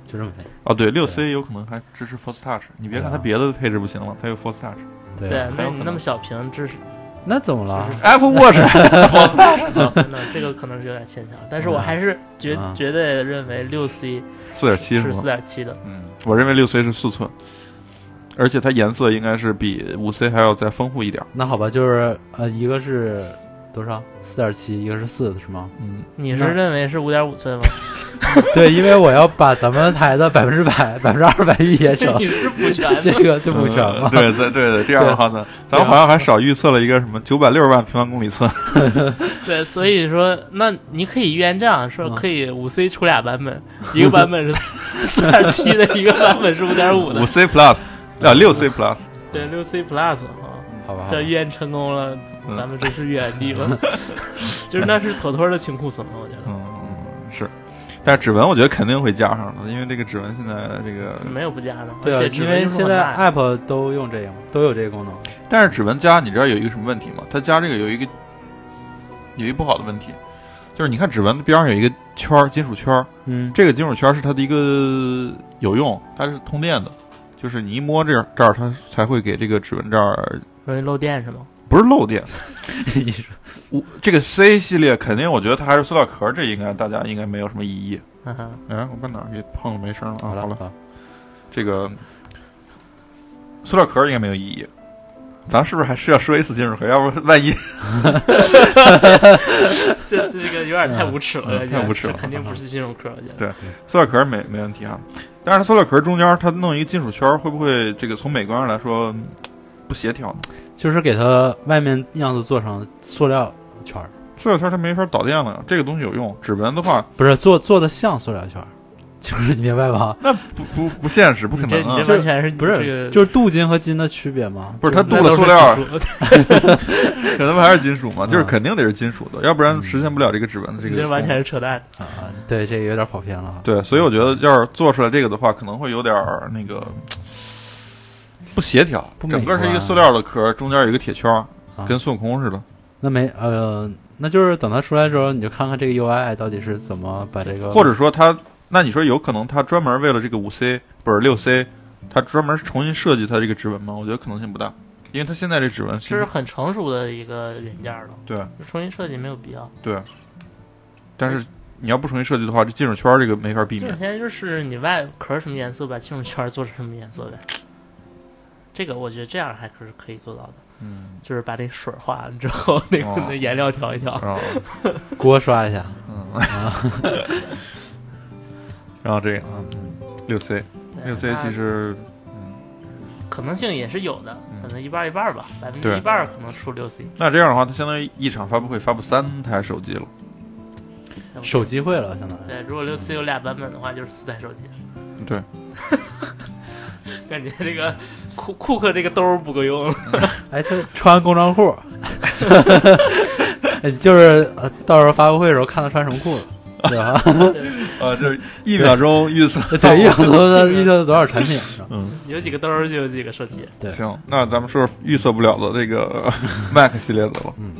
S3: 就这么配。
S2: 哦对，六 C 有可能还支持 Force Touch，你别看它
S3: 对啊
S2: 别的配置不行了，它有 Force Touch。
S3: 对
S4: 对
S3: 啊，
S2: 还
S4: 那
S2: 有
S4: 你
S2: 可
S4: 那
S2: 能
S4: 么小屏，这是
S3: 那怎么了？
S2: Apple Watch
S4: 那这个可能是有点牵强，但是我还是绝
S3: 嗯
S4: 绝对认为六 C
S2: 四点七是
S4: 是
S2: 吗
S4: 四？点七的，
S2: 嗯，我认为六 C 是四寸，而且它颜色应该是比五 C 还要再丰富一点儿。
S3: 那好吧，就是呃，一个是多少？四点七，一个是四，是吗？
S2: 嗯，
S4: 你是认为是五点五寸 吗？
S3: 对，因为我要把咱们台的百分之百、 百分之二百预言成
S4: 你是补全
S3: 这
S4: 的，
S3: 个就补全
S2: 呃
S3: 嘛。
S2: 对，在对啊的，这样的话呢，咱们好像还少预测了一个什么九百六十万平方公里寸。
S4: 对，所以说，那你可以预言这样说，
S3: 嗯
S4: 可以五 C 出俩版本，一个版本 是四点七的，一个版本是五点五的
S2: 五，C Plus 啊，六 C Plus，
S4: 对，六 C Plus 啊。
S3: 好吧，好吧
S4: 这预言成功了，
S2: 嗯
S4: 咱们这是原地了， 就是那是妥妥的清库存了，我觉得
S2: 嗯是，但是指纹我觉得肯定会加上的，因为这个指纹现在这个，
S4: 没有不加的，
S3: 对啊
S4: 而且，指
S3: 因
S4: 纹
S3: 为
S4: 用处
S3: 现
S4: 很
S3: 在
S4: 大
S3: App 都用这个嘛，都有这个功能。
S2: 但是指纹加你知道有一个什么问题吗？它加这个有一个有一个不好的问题，就是你看指纹边上有一个圈儿，金属圈儿，
S3: 嗯，
S2: 这个金属圈儿是它的一个有用，它是通电的，就是你一摸这儿这儿它才会给这个指纹这儿
S4: 容易漏电是吗？
S2: 不是漏电。
S3: 你说
S2: 我这个 C 系列肯定，我觉得它还是塑料壳儿，这应该大家应该没有什么异议。
S4: 嗯哼，
S2: 哎，我把哪儿给碰了没声了啊？
S3: 哦好
S2: 好
S3: 了，
S2: 了，
S3: 好
S2: 这个塑料壳儿应该没有异议。咱是不是还是要说一次金属壳儿？要不万一
S4: 这这个有点太无耻了，嗯
S2: 嗯
S4: 我觉得
S2: 太无耻了
S4: 这肯定不是金融科，我觉得
S2: 对塑料壳儿没没问题啊？但是它塑料壳儿中间儿它弄一个金属圈儿，会不会这个从美观上来说嗯不协调呢？
S3: 就是给它外面样子做成塑料圈儿，
S2: 塑料圈儿它没法导电了，这个东西有用。指纹的话，
S3: 不是做做的像塑料圈儿， 就是你明白吧？
S2: 那不不不现实，不可
S4: 你这
S2: 能
S4: 你
S2: 啊！
S4: 这完嗯全是
S3: 不
S4: 这个
S3: 是，就是镀金和金的区别嘛？
S2: 不是它镀
S4: 那都
S2: 了
S4: 是
S2: 塑料儿
S4: 技，术
S2: 可能还是金属嘛，就是
S3: 嗯
S2: 肯定得是金属的，要不然实现不了这个指纹的这
S4: 你
S2: 个。
S4: 这完全是扯淡。
S3: 啊，对，这个有点跑偏了。啊
S2: 对，所以我觉得要是做出来这个的话，可能会有点儿那个不协调
S3: 不，美
S2: 整个是一个
S3: 观
S2: 塑料的壳，中间有一个铁圈儿，
S4: 啊
S2: 跟孙悟空似的。
S3: 那没呃，那就是等它出来之后，你就看看这个 UI 到底是怎么把这个，
S2: 或者说它，那你说有可能它专门为了这个五 C 不是六 C，它专门重新设计它这个指纹吗？我觉得可能性不大，因为它现在这指纹
S4: 这是很成熟的一个元件了，
S2: 对
S4: 重新设计没有必要。
S2: 对，但是你要不重新设计的话，这金属圈儿这个没法避
S4: 这
S2: 免。
S4: 种现在就是你外壳什么颜色，把金属圈做成什么颜色呗。这个我觉得这样还可是可以做到的，
S2: 嗯，
S4: 就是把那水化了之后，那个
S2: 哦
S4: 那颜料调一调。
S2: 然后
S3: 锅刷一下，
S2: 嗯，然后这个啊六 C，
S4: 对
S2: 六 C
S4: 哎那
S2: 其实嗯。
S4: 可能性也是有的，
S2: 嗯
S4: 可能一半儿一半儿吧，百分之
S2: 对
S4: 一半儿可能出六 C。
S2: 那这样的话，它相当于一场发布会发布三台手机了。
S3: 手机会了，相当于。
S4: 对，如果六 C 有俩版本的话，就是四台手机。
S2: 对，
S4: 感觉这个库库克这个兜儿不够用了。
S3: 哎，他穿工装裤，哎就是呃，到时候发布会的时候看他穿什么裤子，对吧？
S2: 呃，就是 一秒钟预 测。
S3: 对，一想多他预测了多少产品，是吧
S2: 嗯，
S4: 有几个兜儿就有几个手机。
S3: 对
S2: 行，那咱们说说预测不了的这个 Mac 系列的了。
S3: 嗯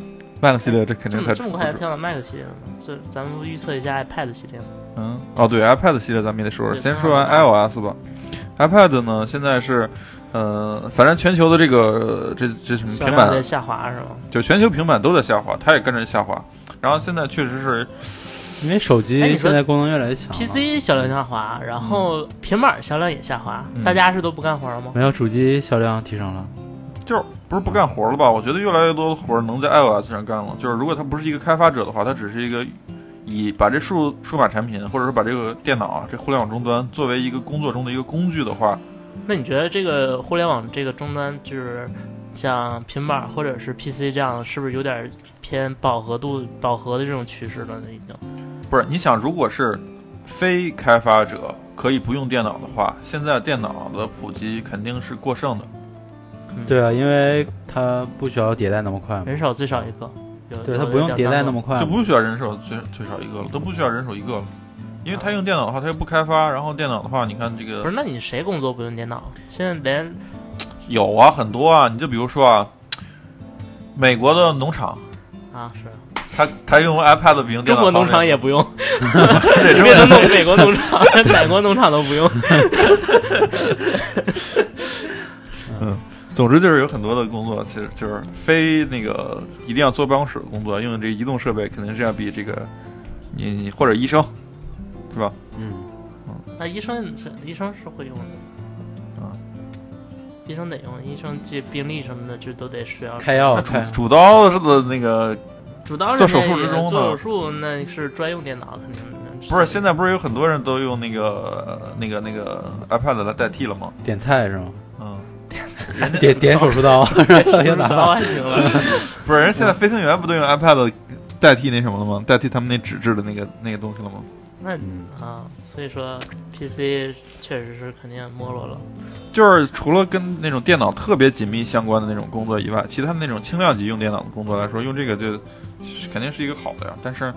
S2: ，Mac 系列这肯
S4: 这
S2: 定
S4: 么
S2: 太
S4: 嗯这么快就跳到 Mac 系列了吗？这咱们预测一下 iPad 系列吗？
S2: 嗯，哦，对，iPad 系列咱们也得说说，
S4: 对
S2: 先说完
S4: 先说
S2: iOS 吧。iPad 呢，现在是，呃，反正全球的这个这这什么嗯平
S4: 销量
S2: 板
S4: 在下滑是吗？
S2: 就全球平板都在下滑，它也跟着下滑。然后现在确实是，
S3: 因为手
S4: 哎你
S3: 机
S4: 说
S3: 现在功能越来越强了
S4: PC 销量下滑，然后平板销量也下滑，
S2: 嗯
S4: 大家是都不干活了吗？
S3: 没有主机销量提升了，
S2: 就是不是不干活了吧？我觉得越来越多的活儿能在 iOS 上干了。就是如果他不是一个开发者的话，他只是一个以把这数数码产品，或者说把这个电脑啊，这互联网终端作为一个工作中的一个工具的话，
S4: 那你觉得这个互联网这个终端就是像平板儿或者是 PC 这样，是不是有点偏饱和度、饱和的这种趋势了呢？已经。
S2: 不是，你想，如果是非开发者可以不用电脑的话，现在电脑的普及肯定是过剩的。
S4: 嗯、
S3: 对，啊，因为它不需要迭代那么快嘛，
S4: 人手最少一个。有
S3: 对
S4: 有
S3: 它不用
S4: 两
S3: 迭代
S4: 三
S3: 那
S4: 个
S3: 么快
S2: 就
S3: 嘛，
S2: 不需要人手最最少一个了，都不需要人手一个了，因为他用电脑的话，他又不开发，然后电脑的话，你看这
S4: 不
S2: 个
S4: 是，那你谁工作不用电脑？现在连
S2: 有啊，很多啊，你就比如说啊，美国的农场，
S4: 啊是
S2: 他他用 iPad 比用电脑方便
S4: 中国农场也不用，
S2: 对
S4: 你
S2: 中
S4: 别
S2: 国
S4: 能弄美国 农场，哪国农场都不用。
S2: 总之就是有很多的工作，其实就是非那个一定要坐办公室的工作，用这移动设备肯定是要比这个你你或者医生，对吧？
S3: 嗯，
S4: 那医生是医生是会用的，
S2: 啊，
S4: 医生得用，医生这病历什么的这都得需要。
S3: 开药
S2: 那主
S3: 开，
S2: 主刀的那个
S4: 主刀
S2: 做
S4: 人家
S2: 手术之
S4: 也
S2: 中呢
S4: 做手术那是专用电脑，肯定的
S2: 不是现在不是有很多人都用那个那个那个 iPad 来代替了吗？
S3: 点菜是吗？
S2: 嗯，
S3: 点点手术刀，
S4: 手
S3: 又
S4: 术
S3: 拿
S4: 刀
S3: 了，
S4: 还 行了，
S2: 不是人现在飞行员不都用 iPad 代替那什么了吗？代替他们那纸质的那个那个东西了吗？
S4: 那
S3: 嗯，
S4: 啊，所以说 PC 确实是肯定没落了。
S2: 就是除了跟那种电脑特别紧密相关的那种工作以外，其他那种轻量级用电脑的工作来说，用这个就肯定是一个好的呀。但是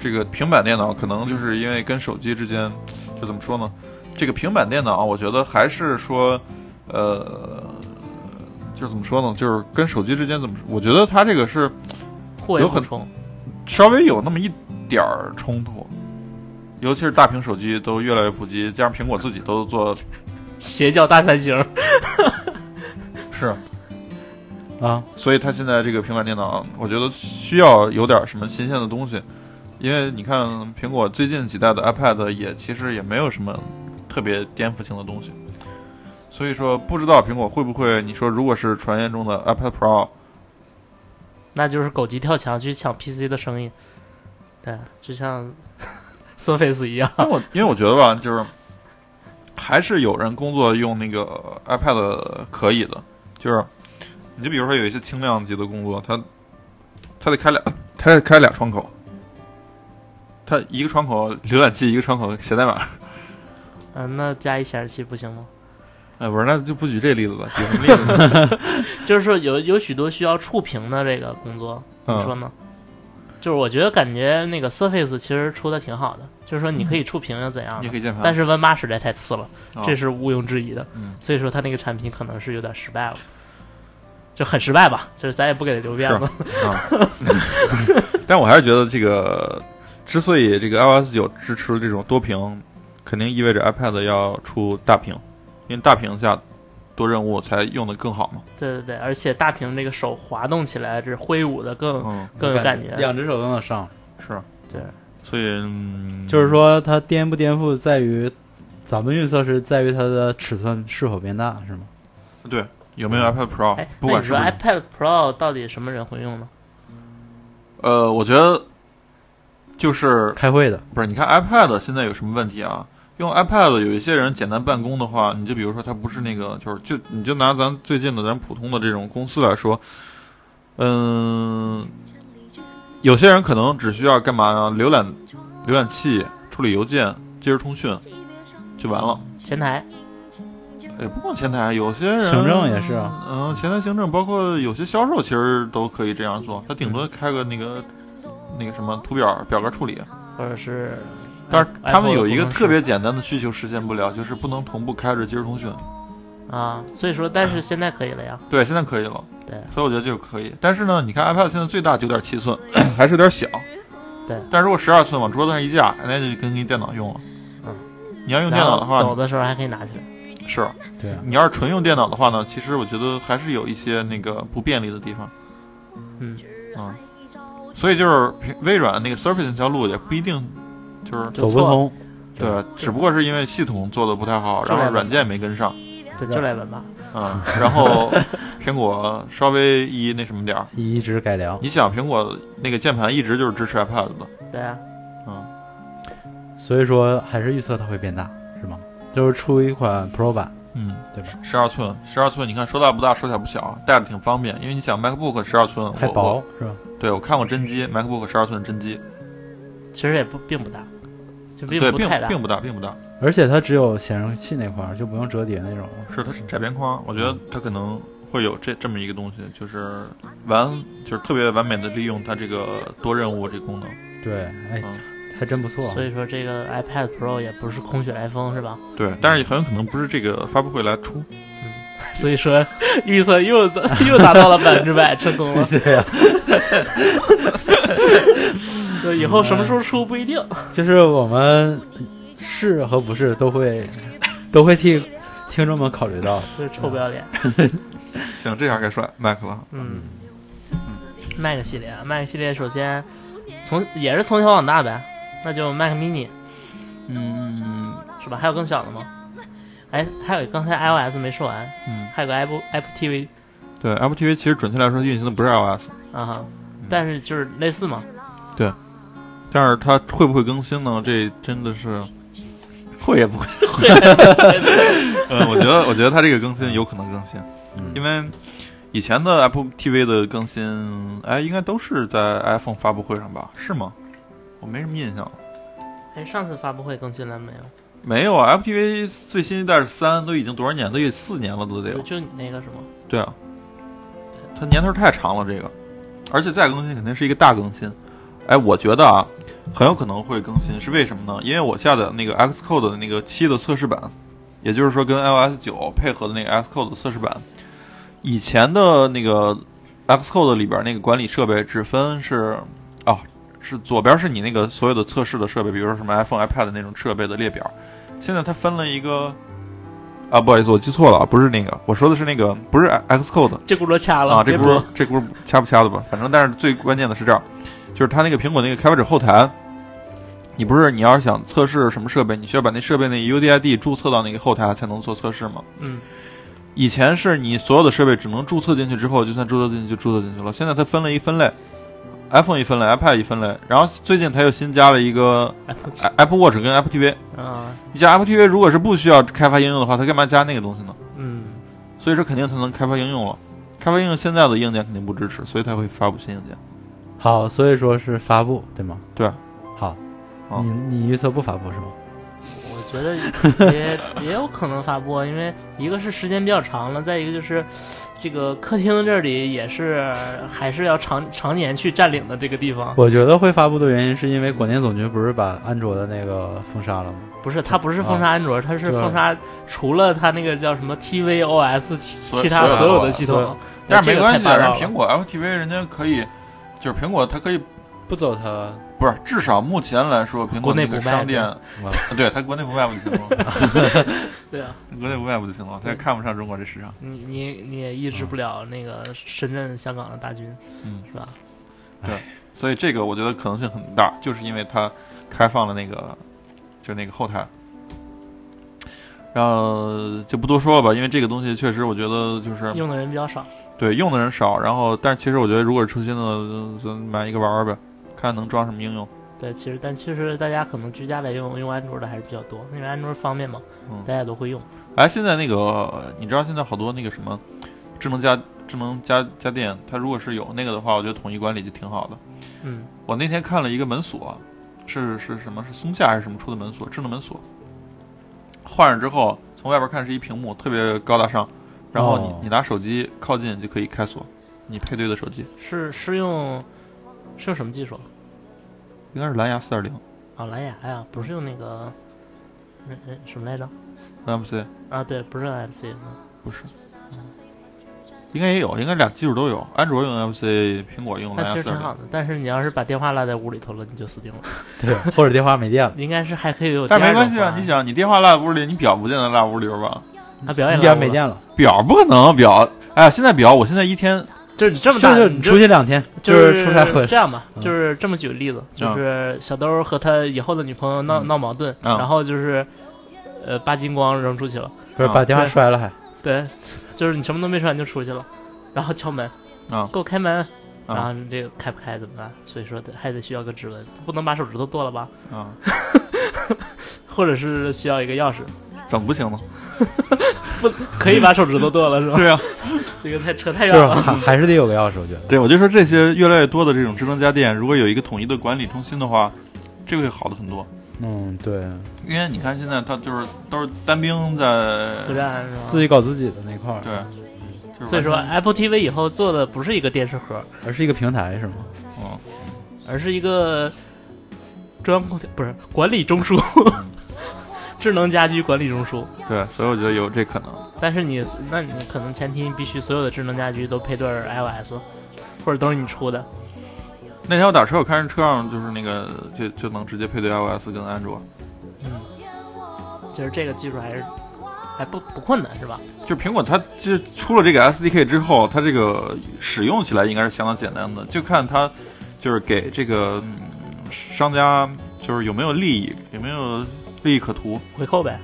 S2: 这个平板电脑可能就是因为跟手机之间，就怎么说呢？这个平板电脑，啊我觉得还是说，呃，就是怎么说呢？就是跟手机之间怎么说？啊我觉得它这个是
S4: 互为
S2: 有
S4: 补
S2: 很
S4: 充，
S2: 稍微有那么一点儿冲突，尤其是大屏手机都越来越普及，加上苹果自己都做
S4: 邪教大三型。
S2: 是
S3: 啊，
S2: 所以它现在这个平板电脑，我觉得需要有点什么新鲜的东西，因为你看苹果最近几代的 iPad 也其实也没有什么特别颠覆性的东西，所以说不知道苹果会不会，你说如果是传言中的 iPad Pro，
S4: 那就是狗急跳墙去抢 PC 的生意，对，就像 Surface 一样。
S2: 因为我因为我觉得吧，就是还是有人工作用那个呃 iPad 可以的，就是你就比如说有一些轻量级的工作，它它得开俩， 它得开俩窗口，它一个窗口浏览器，一个窗口写代码。
S4: 嗯、那加一显示器不行吗？
S2: 哎，不是，那就不举这例子了，举什么例子呢？
S4: 就是说有有许多需要触屏的这个工作，你说
S2: 嗯，
S4: 呢？就是我觉得感觉那个 Surface 其实出的挺好的，就是说你可以触屏又怎样
S2: 嗯你
S4: 的
S2: 可以键盘，
S4: 但是 Win 八实在太次了，
S2: 哦
S4: 这是毋庸置疑的。
S2: 嗯
S4: 所以说它那个产品可能是有点失败了，就很失败吧，就是咱也不给它留面子。
S2: 啊，但我还是觉得这个，之所以这个 iOS 九支持这种多屏，肯定意味着 iPad 要出大屏，因为大屏下多任务才用的更好嘛。
S4: 对对对，而且大屏这个手滑动起来，这挥舞的更、
S2: 嗯，
S4: 更有感觉。
S3: 两只手都能上。
S2: 是，
S4: 对，
S2: 所以、嗯
S3: 就是，说它颠不颠覆在于，咱们预测是在于它的尺寸是否变大，是吗？
S2: 对，有没有 iPad Pro，、
S4: 哎，
S2: 不管
S4: 那
S2: 是不是
S4: 你说，iPad Pro 到底什么人会用呢？
S2: 呃，我觉得就是
S3: 开会的，
S2: 不是，你看 iPad 现在有什么问题啊？用 iPad 有一些人简单办公的话，你就比如说他不是那个，就是就你就拿咱最近的咱普通的这种公司来说，嗯，有些人可能只需要干嘛呀？浏览浏览器、处理邮件、即时通讯就完了，
S4: 前台
S2: 也哎不光前台，有些人
S3: 行政也是啊，
S2: 嗯，前台行政包括有些销售其实都可以这样做，他顶多开个那个那个什么图表表格处理，
S4: 或者是，
S2: 但是他
S4: 哎
S2: 们有一个特
S4: Apple 的
S2: 别简单的需求实现不了，就是不能同步开着即时通讯。
S4: 工程师啊，所以说，但是现在可以了呀。
S2: 对，现在可以了。
S4: 对，
S2: 所以我觉得这个可以。但是呢，你看 iPad 现在最大九点七寸， 还是有点小。
S4: 对。
S2: 但如果十二寸往桌子上一架，那就跟你电脑用了。
S4: 嗯。
S2: 你要用电
S4: 然后
S2: 脑的话，
S4: 走的时候还可以拿起来。
S2: 是
S3: 对啊，
S2: 你要是纯用电脑的话呢，其实我觉得还是有一些那个不便利的地方。
S4: 嗯，
S2: 嗯。所以就是苹微软那个 Surface 那条路也不一定就是
S4: 就
S3: 走不
S4: 错
S3: 通。
S2: 对，只不过是因为系统做的不太好，
S4: 就
S2: 然后
S4: 来
S2: 软件没跟上。
S4: 对，就来文吧。
S2: 嗯，然后苹果稍微一那什么点儿，
S3: 一直改良，
S2: 你想苹果那个键盘一直就是支持 iPad 的，
S4: 对啊，
S2: 嗯，
S3: 所以说还是预测它会变大，是吗？就是出一款 Pro 版，
S2: 嗯，
S3: 对吧？
S2: 十二寸，十二寸，你看说大不大，说小不小，带着挺方便。因为你想 MacBook 十二寸，
S3: 太
S2: 我
S3: 薄
S2: 我
S3: 是吧？
S2: 对我看过真机，MacBook 十二寸真机，
S4: 其实也不并不大，就并
S2: 对，
S4: 不
S2: 并
S4: 太大。
S2: 并不大，并不大，
S3: 而且它只有显示器那块儿，就不用折叠那种。
S2: 是它是窄边框，我觉得它可能会有这这么一个东西，就是完，就是特别完美的利用它这个多任务这功能。
S3: 对，哎
S2: 嗯，
S3: 还真不错。
S4: 啊所以说这个 iPad Pro 也不是空穴来风，是吧？
S2: 对，但是也很有可能不是这个发布会来出，
S4: 所以说预测 又又达到了百分之 百成功了。
S3: 对呀、
S4: 就以后什么时候出不一定。
S3: 就是我们是和不是都会都会替听众们考虑到。
S4: 这臭不要脸。
S2: 像这样该甩 Mac 了。
S4: 嗯，Mac 系列啊，Mac 系列首先从也是从小往大呗，那就 Mac mini
S2: 嗯
S4: 是吧？还有更小的吗？哎，还有刚才 iOS 没说完，
S2: 嗯，
S4: 还有个 Apple Apple TV
S2: 对，Apple TV 其实准确来说运行的不是 iOS，
S4: 啊哈，
S2: 嗯
S4: 但是就是类似嘛，
S2: 但是它会不会更新呢？这真的是 会也不会。 嗯，我觉得，我觉得它这个更新有可能更新，因
S3: 嗯，
S2: 为以前的 Apple TV 的更新，哎，应该都是在 iPhone 发布会上吧？是吗？我没什么印象。
S4: 哎，上次发布会更新了没有？
S2: 没有啊，Apple TV 最新一代是三，都已经多少年？都有四年了，都得有
S4: 就。就你那个什么？
S2: 对啊，它年头太长了，这个，而且再更新肯定是一个大更新。哎，我觉得啊，很有可能会更新，是为什么呢？因为我下载那个 Xcode 的那个七的测试版，也就是说跟 iOS 九配合的那个 Xcode 的测试版，以前的那个 Xcode 里边那个管理设备只分是啊，是左边是你那个所有的测试的设备，比如说什么 iPhone、iPad 那种设备的列表，现在它分了一个。啊，不好意思，我记错了啊，不是那个，我说的是那个，不是 Xcode，
S4: 这轱辘掐了
S2: 啊，这
S4: 别
S2: 轱辘
S4: 播
S2: 这轱辘掐不掐的吧？反正，但是最关键的是这儿，就是它那个苹果那个开发者后台，你不是你要是想测试什么设备，你需要把那设备那 UDID 注册到那个后台才能做测试吗？
S4: 嗯，
S2: 以前是你所有的设备只能注册进去之后，就算注册进去就注册进去了。现在它分了一分类，iPhone 一分类，iPad 一分类，然后最近它又新加了一个
S4: Apple-
S2: i- Apple Watch 跟 Apple TV。
S4: 啊，
S2: 你像 Apple TV 如果是不需要开发应用的话，它干嘛加那个东西呢？
S4: 嗯，
S2: 所以说肯定它能开发应用了。开发应用现在的硬件肯定不支持，所以它会发布新硬件。
S3: 好，所以说是发布对吗？
S2: 对啊，
S3: 好，
S2: 啊
S3: 你你预测不发布是吗？
S4: 我觉得也也有可能发布，因为一个是时间比较长了，再一个就是这个客厅这里也是还是要常常年去占领的这个地方。
S3: 我觉得会发布的原因是因为广电总局不是把安卓的那个封杀了吗？
S4: 不是，它不是封杀安卓，它是封杀除了它那个叫什么 tvOS
S2: 所
S4: 其
S2: 以
S4: 其他
S2: 所
S4: 所
S2: 有的
S4: 有的系
S3: 所有
S4: 统。
S2: 但是没关系，啊
S4: 这个太霸
S2: 人
S4: 道了
S2: 苹果 LTV 人家可以，就是苹果它可以，
S3: 不走它，
S2: 不是至少目前来说，苹果那个商店，
S3: 不卖
S2: 对它国内不卖不就行了吗？
S4: 对啊，
S2: 国内不卖不就行了？它也看不上中国这市场。
S4: 你你你也抑制不了那个深圳、香港的大军，
S2: 嗯
S4: 是吧？哎
S2: 所以这个我觉得可能性很大，就是因为它开放了那个，就那个后台。然后就不多说了吧，因为这个东西确实，我觉得就是
S4: 用的人比较少。
S2: 对，用的人少，然后，但是其实我觉得，如果是出新的，呃咱买一个玩玩呗，看能装什么应用。
S4: 对，其实但其实大家可能居家来用用安卓的还是比较多，因为安卓方便嘛，
S2: 嗯
S4: 大家都会用。
S2: 哎，现在那个，呃你知道现在好多那个什么智能家智能家家电，它如果是有那个的话，我觉得统一管理就挺好的。
S4: 嗯，
S2: 我那天看了一个门锁，是是什么？是松下还是什么出的门锁？智能门锁。换上之后，从外边看是一屏幕，特别高大上。然后你、
S3: 哦
S2: 你拿手机靠近就可以开锁，你配对的手机
S4: 是是用是用什么技术
S2: 应该是蓝牙四点零
S4: 啊？蓝牙呀，不是用那个那那什么来着？
S2: NFC，
S4: 啊，对，不是 NFC，
S2: 不是，嗯应该也有，应该俩技术都有，安卓用 NFC，苹果用
S4: 那
S2: 蓝
S4: 其
S2: 牙
S4: 实
S2: 四
S4: 挺
S2: 点零
S4: 好。的。但是你要是把电话落在屋里头了，你就死定了。
S3: 对，或者电话没电 了，
S4: 应该是还可以有第
S2: 但
S4: 二种
S2: 没
S4: 方
S2: 关
S4: 案。
S2: 系啊，你想，你电话落屋里，你表不见得落屋里边吧？
S4: 他表演
S3: 你点
S4: 了
S3: 没，电了，
S2: 表不可能，表，哎呀，现在表，我现在一天，
S4: 就是你这么大，
S3: 就
S4: 你
S3: 你
S4: 就
S3: 出去两天，
S4: 就是
S3: 出差回来，
S4: 这样吧，
S3: 嗯
S4: 就是这么举个例子，就是小兜和他以后的女朋友闹
S2: 嗯
S4: 闹矛盾，
S2: 嗯
S4: 然后就是呃把金光扔出去了，
S3: 不是把电话摔了还，
S4: 对，就是你什么都没穿就出去了，然后敲门，
S2: 啊
S4: 给我开门。
S2: 嗯
S4: 然后你这个开不开怎么办？所以说得还得需要个指纹，不能把手指头剁了吧？
S2: 啊，
S4: 或者是需要一个钥匙，
S2: 怎么不 行呢？
S4: 可以把手指头剁了是 吧？
S2: 对啊，
S4: 这个太扯太
S3: 就是啊
S4: 远 了。
S3: 还还是得有个钥匙，我觉得。
S2: 对我就说这些越来越多的这种智能家电，如果有一个统一的管理中心的话，这个会好的很多。
S3: 嗯，对，
S4: 啊
S2: 因为你看现在它就是都是单兵在，
S4: 自然啊是吧？
S3: 自己搞自己的那块儿，
S2: 对，就是
S4: 所以说
S2: 完全
S4: Apple TV 以后做的不是一个电视盒，
S3: 而是一个平台是吗？
S2: 嗯，
S4: 而是一个中央空调不是管理中枢， 智能家居管理中枢。
S2: 对，所以我觉得有这可能。
S4: 但是你那你可能前提必须所有的智能家居都配对儿 iOS，或者都是你出的。
S2: 那天我打车，我看人车上就是那个就就能直接配对 iOS 跟安卓，
S4: 嗯，就是这个技术还是还不不困难是吧？
S2: 就是苹果它就是出了这个 SDK 之后，它这个使用起来应该是相当简单的，就看它就是给这个、嗯商家就是有没有利益，有没有利益可图。
S4: 回扣呗，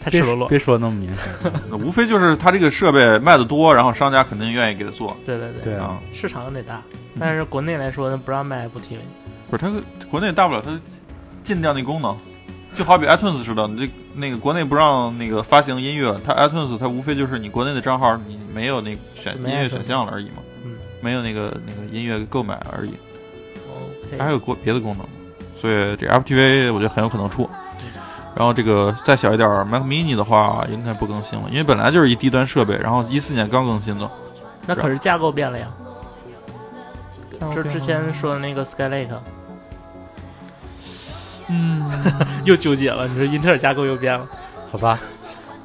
S4: 太
S3: 别
S4: 赤裸
S3: 说
S4: 裸。
S3: 别说那么明显，
S2: 那无非就是它这个设备卖的多，然后商家肯定愿意给它做
S4: 对对对，
S3: 对啊，
S2: 啊。
S4: 市场得大，但是国内来说呢，不让卖 Apple TV。
S2: 不是它国内大不了它禁掉那功能，就好比 iTunes 似的，你这那个国内不让那个发行音乐，它 iTunes 它无非就是你国内的账号你没有那个选音
S4: 没
S2: 乐
S4: iTunes
S2: 选项了而已嘛，
S4: 嗯
S2: 没有那个那个音乐购买而已。
S4: OK，
S2: 嗯还有国别的功能，所以这 Apple TV 我觉得很有可能出。然后这个再小一点儿 Mac Mini 的话，应该不更新了，因为本来就是一低端设备，然后一四年刚更新的。
S4: 那可是架构变了呀。就是之前
S2: 说，
S4: 说的那个 Skylake
S2: 嗯，
S4: 又纠结了，你说英特尔架构又变了，
S3: 啊好吧？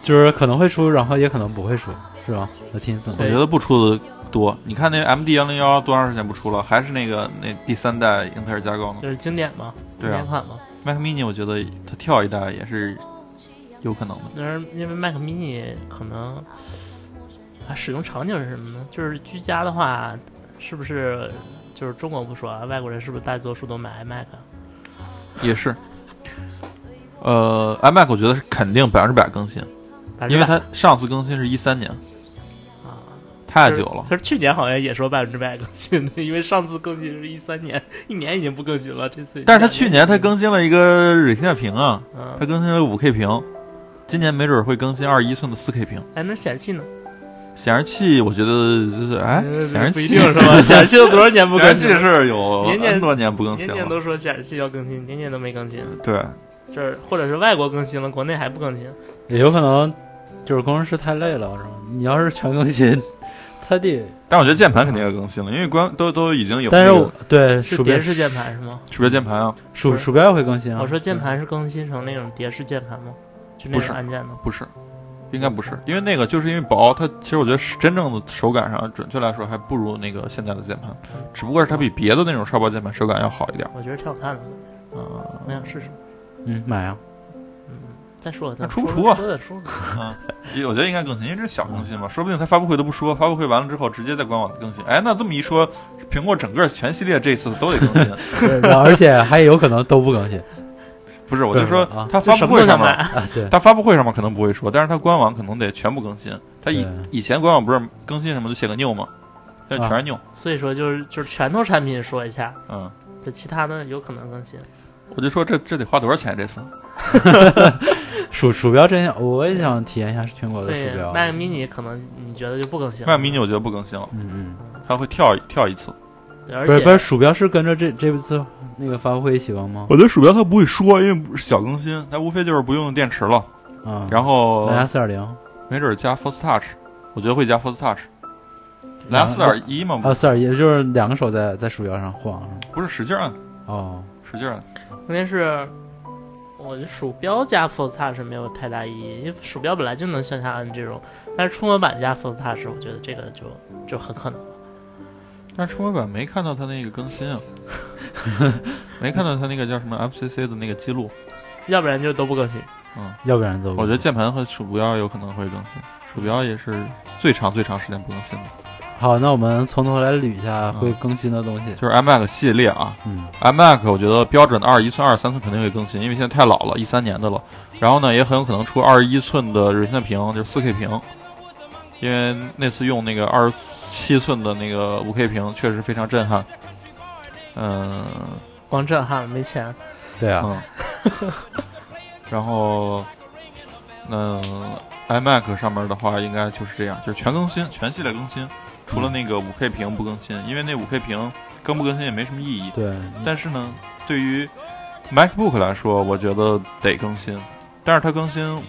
S3: 就是可能会出，然后也可能不会出，是吧？我听你怎么
S2: 我觉得不出的多。你看那 MD 幺零幺多长时间不出了，还是那个那第三代英特尔架构呢？
S4: 就是经典嘛，经
S2: 对啊
S4: 典款嘛。
S2: Mac Mini 我觉得它跳一代也是有可能的。
S4: 但是因为 Mac Mini 可能啊，使用场景是什么呢？就是居家的话，是不是就是中国不说啊，外国人是不是大多数都买 iMac？啊
S2: 也是。呃，iMac 我觉得是肯定百分之百更新，
S4: 百分之
S2: 因为
S4: 百
S2: 它上次更新是一三年，
S4: 啊，
S2: 太久了。
S4: 可是去年好像也说百分之百更新的，因为上次更新是一三年，一年已经不更新了，这次。
S2: 但是它去年它更新了一个水晶屏啊，
S4: 嗯
S2: 它，更新了五 K 屏，今年没准会更新二一寸的四 K 屏。
S4: 哎，那显示器呢？呃
S2: 显示器我觉得，哎，显示
S4: 不一
S2: 器
S4: 定是吧？显示器都多少年不更
S2: 显示
S4: 新
S2: 器
S4: 了？
S2: 是有
S4: 年年
S2: N 多年不更新
S4: 年年
S2: 了，
S4: 都说显示器要更新，年年都没更新。
S2: 对，
S4: 这儿或者是外国更新了，国内还不更新。
S3: 也有可能就是工程师太累了，是吧？你要是全更新，他得，
S2: 但我觉得键盘肯定要更新了，因为官都都已经有
S3: 但
S2: 那
S3: 是
S2: 个
S3: 我对
S4: 是
S3: 鼠标
S4: 蝶式键盘是吗？
S2: 鼠标键盘啊，
S3: 鼠
S4: 不是
S3: 鼠标也会更新啊。
S4: 我说键盘是更新成那种蝶式键盘吗？就那
S2: 不是
S4: 种按键的。
S2: 不是，应该不是，因为那个就是因为薄，它其实我觉得是真正的手感上，准确来说还不如那个现在的键盘，只不过是它比别的那种刷包键盘手感要好一点。
S4: 我觉得挺好看的，
S2: 嗯，
S4: 我想试试。
S3: 嗯，买 啊，
S4: 再说了，
S2: 那
S4: 再
S2: 出不
S4: 说
S2: 出啊
S4: 说的出不出，
S2: 我觉得应该更新，因为这是小更新嘛，说不定他发布会都不说，发布会完了之后直接在官网更新。哎，那这么一说，苹果整个全系列这次都得更 新，
S3: 对然后而且还有可能都不更新
S2: 不是？我就说
S3: 对啊
S2: 他
S4: 就
S2: 发
S4: 什
S2: 布
S4: 么都
S2: 会上
S4: 想
S2: 面，
S4: 买。
S3: 啊。对，
S2: 他发布会上面可能不会说，但是他官网可能得全部更新。他以
S3: 对
S2: 以前官网不是更新什么就写个 new 吗？现
S3: 啊
S2: 在全是 new，、
S4: 所以说就是就是拳头产品说一下，
S2: 嗯，
S4: 对其他的有可能更新。
S2: 我就说这这得花多少钱这次？
S3: 鼠鼠标真想，我也想体验一下苹果的鼠
S4: 对
S3: 标。啊
S4: ，Mac mini 可能你觉得就不更新了。
S2: Mac mini 我觉得不更新了，
S3: 嗯
S2: 它会跳一跳一次。
S3: 嗯，
S4: 对，而
S3: 不是不是，
S4: 且
S3: 鼠标是跟着这这次那个发布会一起更吗？
S2: 我觉得鼠标它不会说，因为不是小更新，它无非就是不用电池了，
S3: 啊，
S2: 然后
S3: 蓝牙四点零啊
S2: 没准加 Force Touch，我觉得会加 Force Touch。蓝牙四点一嘛，
S3: 啊，四点一就是两个手在在鼠标上晃。是吗
S2: 不是使劲按，啊
S3: 哦，
S2: 使劲按。啊
S4: 关键是，我觉得鼠标加 Force Touch 没有太大意义，因为鼠标本来就能向下按这种，但是触摸板加 Force Touch，我觉得这个就就很可能。
S2: 但是触摸板没看到它那个更新 啊，没看到它那个叫什么 FCC 的那个记录。嗯
S4: 要不然就都不更新。
S3: 要不然都不
S2: 我觉得键盘和鼠标有可能会更新，鼠标也是最长最长时间不更新的，
S3: 好，那我们从头来捋一下
S2: 嗯
S3: 会更新的东西。
S2: 就是 iMac 系列啊。
S3: 嗯
S2: iMac 我觉得标准的二一寸、二三寸肯定会更新，因为现在太老了，一三年的了。然后呢，也很有可能出二十一寸的 Retina 屏，就是四 K 屏，因为那次用那个二十七寸的那个五 K 屏确实非常震撼。嗯、
S4: 光震撼了，没钱。
S3: 对啊，
S2: 嗯，然后那 iMac 上面的话，应该就是这样，就是全更新，全系列更新，除了那个五 K 屏不更新，因为那五 K 屏更不更新也没什么意义。
S3: 对，
S2: 但是呢，对于 MacBook 来说，我觉得得更新，但是它更新，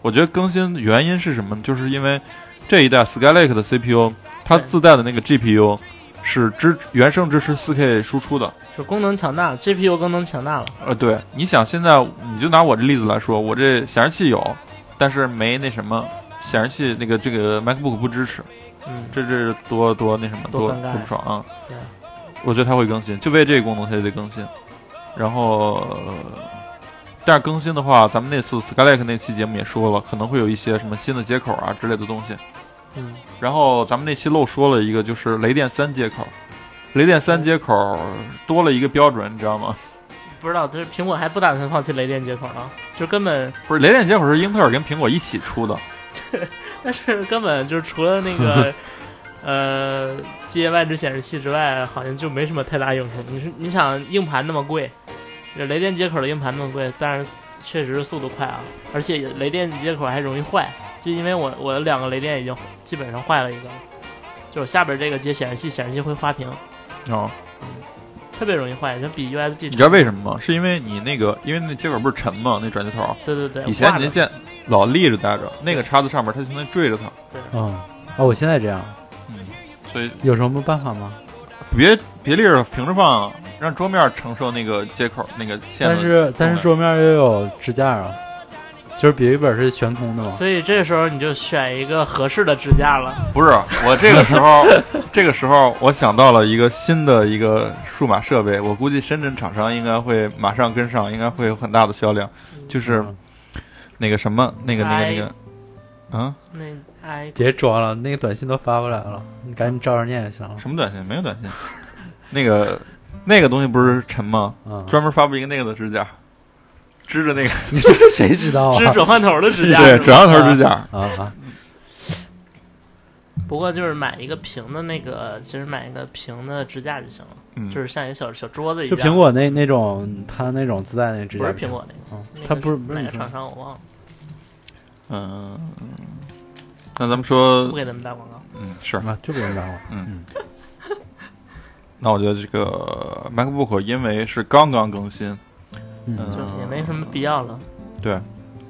S2: 我觉得更新原因是什么呢？就是因为这一代 Skylake 的 CPU，它
S4: 对
S2: 自带的那个 GPU 是支原生支持 4K 输出的。
S4: 就功能强大了，GPU 功能强大了，
S2: 呃，对，你想现在你就拿我这例子来说，我这显示器有，但是没那什么，显示器那个这个 MacBook 不支持，
S4: 嗯，
S2: 这这多多那什么多
S4: 多尴尬
S2: 不爽啊
S4: 对！
S2: 我觉得它会更新，就为这个功能它就得更新。然后，呃但是更新的话，咱们那次 Skylake 那期节目也说了，可能会有一些什么新的接口啊之类的东西。
S4: 嗯，
S2: 然后咱们那期漏说了一个，就是雷电三接口，雷电三接口多了一个标准，你知道吗？
S4: 不知道，这苹果还不打算放弃雷电接口呢，就根本，
S2: 不是雷电接口是英特尔跟苹果一起出的，
S4: 但是根本就是除了那个。呃，接外置显示器之外，好像就没什么太大用处。你是你想硬盘那么贵，就雷电接口的硬盘那么贵，但是确实速度快啊，而且雷电接口还容易坏，就因为我我两个雷电已经基本上坏了一个了，就是下边这个接显示器，显示器会花屏，
S2: 哦，
S4: 特别容易坏，就比 USB
S2: 你知道为什么吗？是因为你那个，因为那接口不是沉吗？那转接头，
S4: 对对对，
S2: 以前
S4: 挂
S2: 你
S4: 着
S2: 那键老立着待着，那个叉子上面它就相当于坠着它，
S3: 嗯，哦，我现在这样，
S2: 嗯，所以
S3: 有什么办法吗？
S2: 别别立着平着放，让桌面承受那个接口那个线的
S3: 但
S2: 重量。
S3: 是但是桌面又有支架啊，就是笔记本是悬空的嘛。
S4: 所以这时候你就选一个合适的支架了。
S2: 不是我这个时候， 这个时候我想到了一个新的一个数码设备，我估计深圳厂商应该会马上跟上，应该会有很大的销量，就是
S3: 嗯
S2: 那个什么那个那个那个，嗯，
S4: 那哎，
S3: 别装了，那个短信都发过来了，你赶紧照着念就行了。
S2: 什么短信？没有短信。 那个那个东西不是沉吗？
S3: 嗯，
S2: 专门发布一个那个的支架，支着那个
S3: 你这个谁知道啊？
S4: 是转换头的 支架。
S2: 对
S4: 是吧
S2: 转向头支架。
S3: 啊啊，
S4: 不过就是买一个平的那个，其实买一个平的支架就行了，
S2: 嗯，
S4: 就是像一个小小桌子一
S3: 就
S4: 样。
S3: 苹果那那种，它那种自带那支
S4: 不
S3: 架
S4: 是苹，果那
S3: 嗯
S4: 个，
S3: 它不是不
S4: 哪
S3: 是
S4: 个
S3: 你
S4: 厂
S3: 说
S4: 商我忘了，
S2: 嗯，那咱们说
S4: 不，给他们打广告。
S2: 嗯，是，
S3: 啊，就不用装了。
S2: 那我觉得这个 MacBook 因为是刚刚更新，
S3: 嗯，
S4: 就
S2: 嗯
S4: 也没什么必要了，
S2: 对，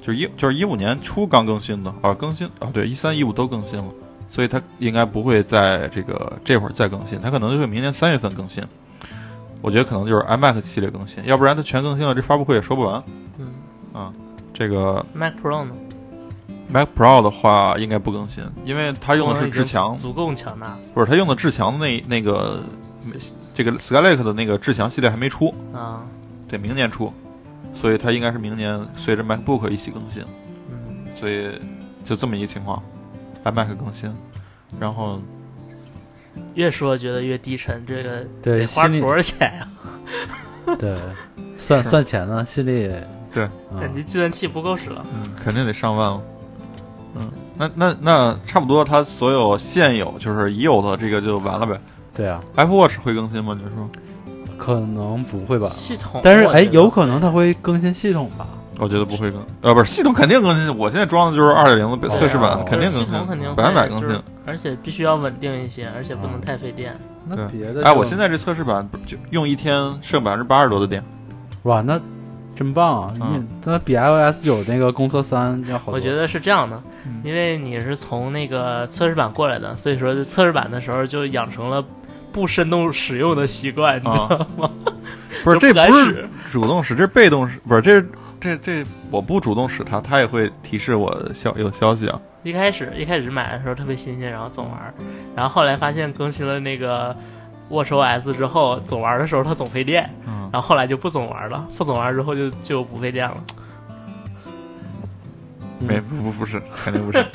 S2: 就是一就是一五年初刚更新的啊，更新啊，对，一三一五都更新了，所以它应该不会在这个这会儿再更新，它可能就会明年三月份更新。我觉得可能就是 iMac 系列更新，要不然它全更新了，这发布会也说不完。
S4: 嗯
S2: 这个
S4: ，Mac Pro 呢？
S2: Mac Pro 的话应该不更新，因为它用的是至强，
S4: 足够强大
S2: 不是它用的至强的那那个这个 Skylake 的那个至强系列还没出，
S4: 啊，
S2: 得明年出，所以它应该是明年随着 MacBook 一起更新，
S4: 嗯，
S2: 所以就这么一个情况，iMac 更新，然后
S4: 越说觉得越低沉，这个
S3: 对
S4: 得花
S3: 心里
S4: 多少钱啊呀？
S3: 对，算
S2: 是
S3: 算钱呢，心里
S2: 对
S3: 嗯
S4: 你计算器不够使了，
S2: 嗯，肯定得上万了。嗯，那那那差不多，它所有现有就是已有的这个就完了呗。
S3: 对啊，
S2: Apple Watch 会更新吗？你说？
S3: 可能不会 吧？
S4: 系统。
S3: 但是
S4: 我
S3: 哎，
S4: 觉得
S3: 有可能它会更新系统吧？
S2: 我觉得不会更，呃，不是系统肯定更新。我现在装的就是二点零的测试版，
S3: 哦
S2: 肯定更
S4: 啊系统肯定
S2: 新，
S4: 会
S2: 百分百更
S4: 就
S2: 新嗯
S4: 是。而且必须要稳定一些，而且不能太费电。
S3: 那
S2: 对
S3: 别的
S2: 哎，
S3: 就
S2: 我现在这测试版不就用一天剩百分之八十多的电，
S3: 哇，那真棒啊！
S2: 嗯
S3: 你那比 iOS 九那个工作三要好多。
S4: 我觉得是这样的
S2: 嗯，
S4: 因为你是从那个测试版过来的，所以说在测试版的时候就养成了不深度使用的习惯，你知道吗？
S2: 啊不是
S4: 就
S2: 这
S4: 不敢
S2: 不是
S4: 使
S2: 主动使，这是被动使，不是这是这这我不主动使它，它也会提示我消有消息啊。
S4: 一开始一开始买的时候特别新鲜，然后总玩，然后后来发现更新了那个 WatchOS 之后，总玩的时候它总费电，
S2: 嗯，
S4: 然后后来就不总玩了，不总玩之后就就不费电了。
S2: 没不不不是，肯定不是。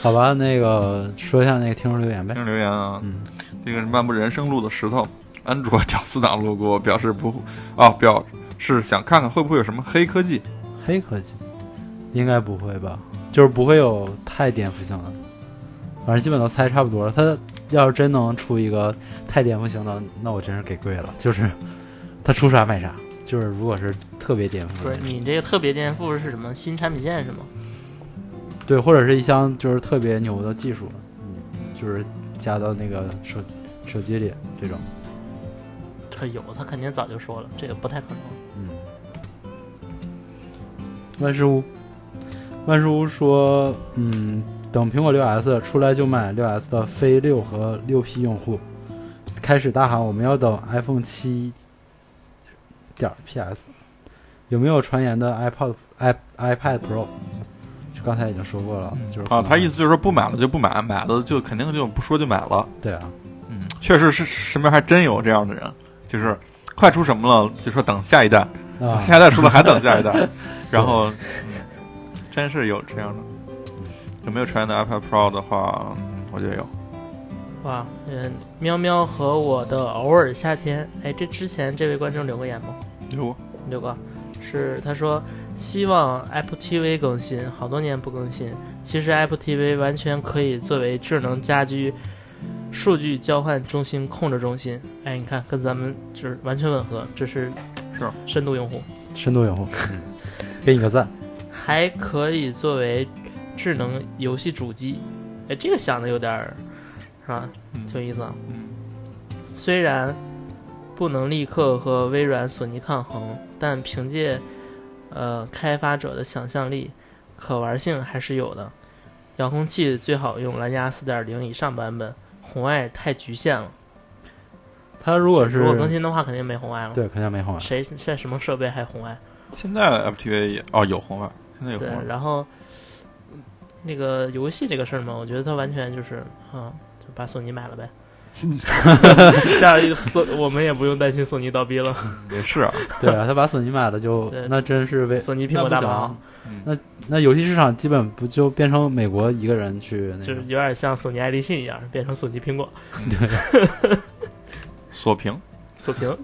S3: 好吧，那个说一下那个听众留言呗
S2: 听。留言啊，
S3: 嗯
S2: 这个是漫步人生路的石头，安卓屌丝党路过，表示不啊，表示想看看会不会有什么黑科技。
S3: 嗯黑科技应该不会吧？就是不会有太颠覆性的，反正基本都猜差不多了。他要是真能出一个太颠覆性的，那我真是给跪了。就是他出啥买啥，就是如果是特别颠覆
S4: 不
S3: 的
S4: 是
S3: 那种，
S4: 你这个特别颠覆是什么？新产品线是吗？
S3: 对，或者是一项就是特别牛的技术，嗯，就是加到那个手手机里这种，
S4: 这有，他肯定早就说了，这个不太可能。
S3: 嗯。万事屋，万事屋说，嗯，等苹果六 S 出来就买六 S 的非六和六 P 用户，开始大喊我们要等 iPhone 七点 PS。有没有传言的 iPod i iPad Pro？就刚才已经说过
S4: 嗯
S3: 了，就是可
S2: 啊，
S3: 能
S2: 他意思就是说不买了就不买，买了就肯定就不说就买了。
S3: 对啊，
S2: 嗯，确实是身边还真有这样的人，就是快出什么了就说等下一代，
S3: 啊，
S2: 下一代出了还等下一代，然后、嗯真是有这样的。有没有传言的 iPad Pro 的话，嗯我觉得有。
S4: 哇，嗯，喵喵和我的偶尔夏天，哎，这之前这位观众留过言吗？
S2: 有啊
S4: 刘哥，是他说希望 Apple TV 更新，好多年不更新。其实 Apple TV 完全可以作为智能家居数据交换中心、控制中心。哎，你看，跟咱们就是完全吻合，这是
S2: 是
S4: 深度用户，
S3: 深度用 户，给你个赞。
S4: 还可以作为智能游戏主机。哎，这个想的有点儿是吧？
S2: 嗯
S4: 挺有意思啊。
S2: 嗯
S4: 虽然不能立刻和微软、索尼抗衡，但凭借呃开发者的想象力，可玩性还是有的。遥控器最好用蓝牙4.0以上版本，红外太局限了。
S3: 他如果是
S4: 如果更新的话，肯定没红外了。
S3: 对，肯定没红外。
S4: 谁现在什么设备还红外？
S2: 现在 FTV 也哦有红外，现在有
S4: 对
S2: 红外，。
S4: 然后嗯那个游戏这个事儿嘛，我觉得它完全就是啊，就把索尼买 了呗。 这样一索我们也不用担心索尼倒闭了，
S2: 也是啊，
S3: 对啊，他把索尼买了就
S4: 对
S3: 那真是为
S4: 索尼苹
S3: 那
S4: 果
S3: 不
S4: 大
S3: 行
S4: 王
S3: 啊。
S2: 嗯
S3: 那那游戏市场基本不就变成美国一个人去那
S4: 就是
S3: 个
S4: 有点像索尼爱立信一样，变成索尼苹果
S2: 锁屏。
S4: 锁屏。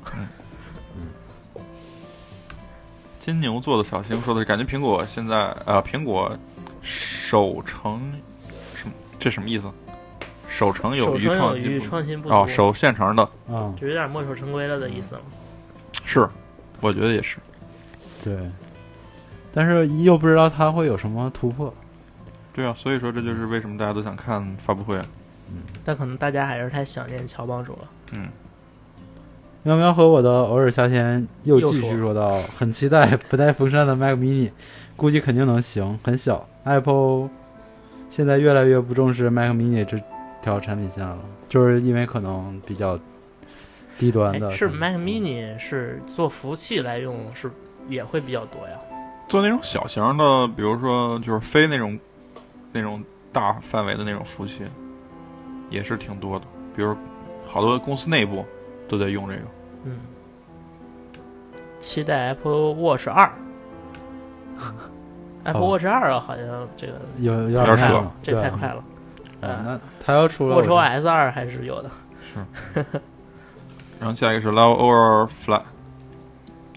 S2: 金牛座的小星说的是，感觉苹果现在呃，苹果守成什么？这什么意思？守成有
S4: 守
S2: 余
S4: 成有
S2: 创
S4: 余，
S2: 新不
S4: 创新不足，
S2: 哦，守现成的
S3: 啊？
S4: 就有点墨守成规了的意思了。
S2: 是，我觉得也是。
S3: 对，但是又不知道他会有什么突破。
S2: 对啊，所以说这就是为什么大家都想看发布会。啊
S4: 但可能大家还是太想念乔帮主了。
S2: 嗯，
S3: 喵喵和我的偶尔夏天又
S4: 又
S3: 继
S4: 说
S3: 续说到，很期待不带风扇的 Mac Mini，估计肯定能行，很小。Apple 现在越来越不重视 Mac Mini 这条产品线了，就是因为可能比较低端
S4: 哎
S3: 的，
S4: 是 Mac Mini 是做服务器来用，是也会比较多呀。
S2: 做那种小型的，比如说就是非那种那种大范围的那种服务器，也是挺多的。比如好多公司内部都在用这个。
S4: 嗯，期待 Apple Watch 二。Apple
S3: 哦
S4: Watch 二啊，好像这个
S3: 有有
S2: 有点
S3: 点快
S2: 扯
S3: 了，
S4: 这
S3: 对
S4: 太快了。
S3: 啊，
S4: 嗯
S3: 那他要出了，
S4: ，Watch
S3: 我
S4: OS 二还是有的。
S2: 是。然后下一个是 Live Over Fly，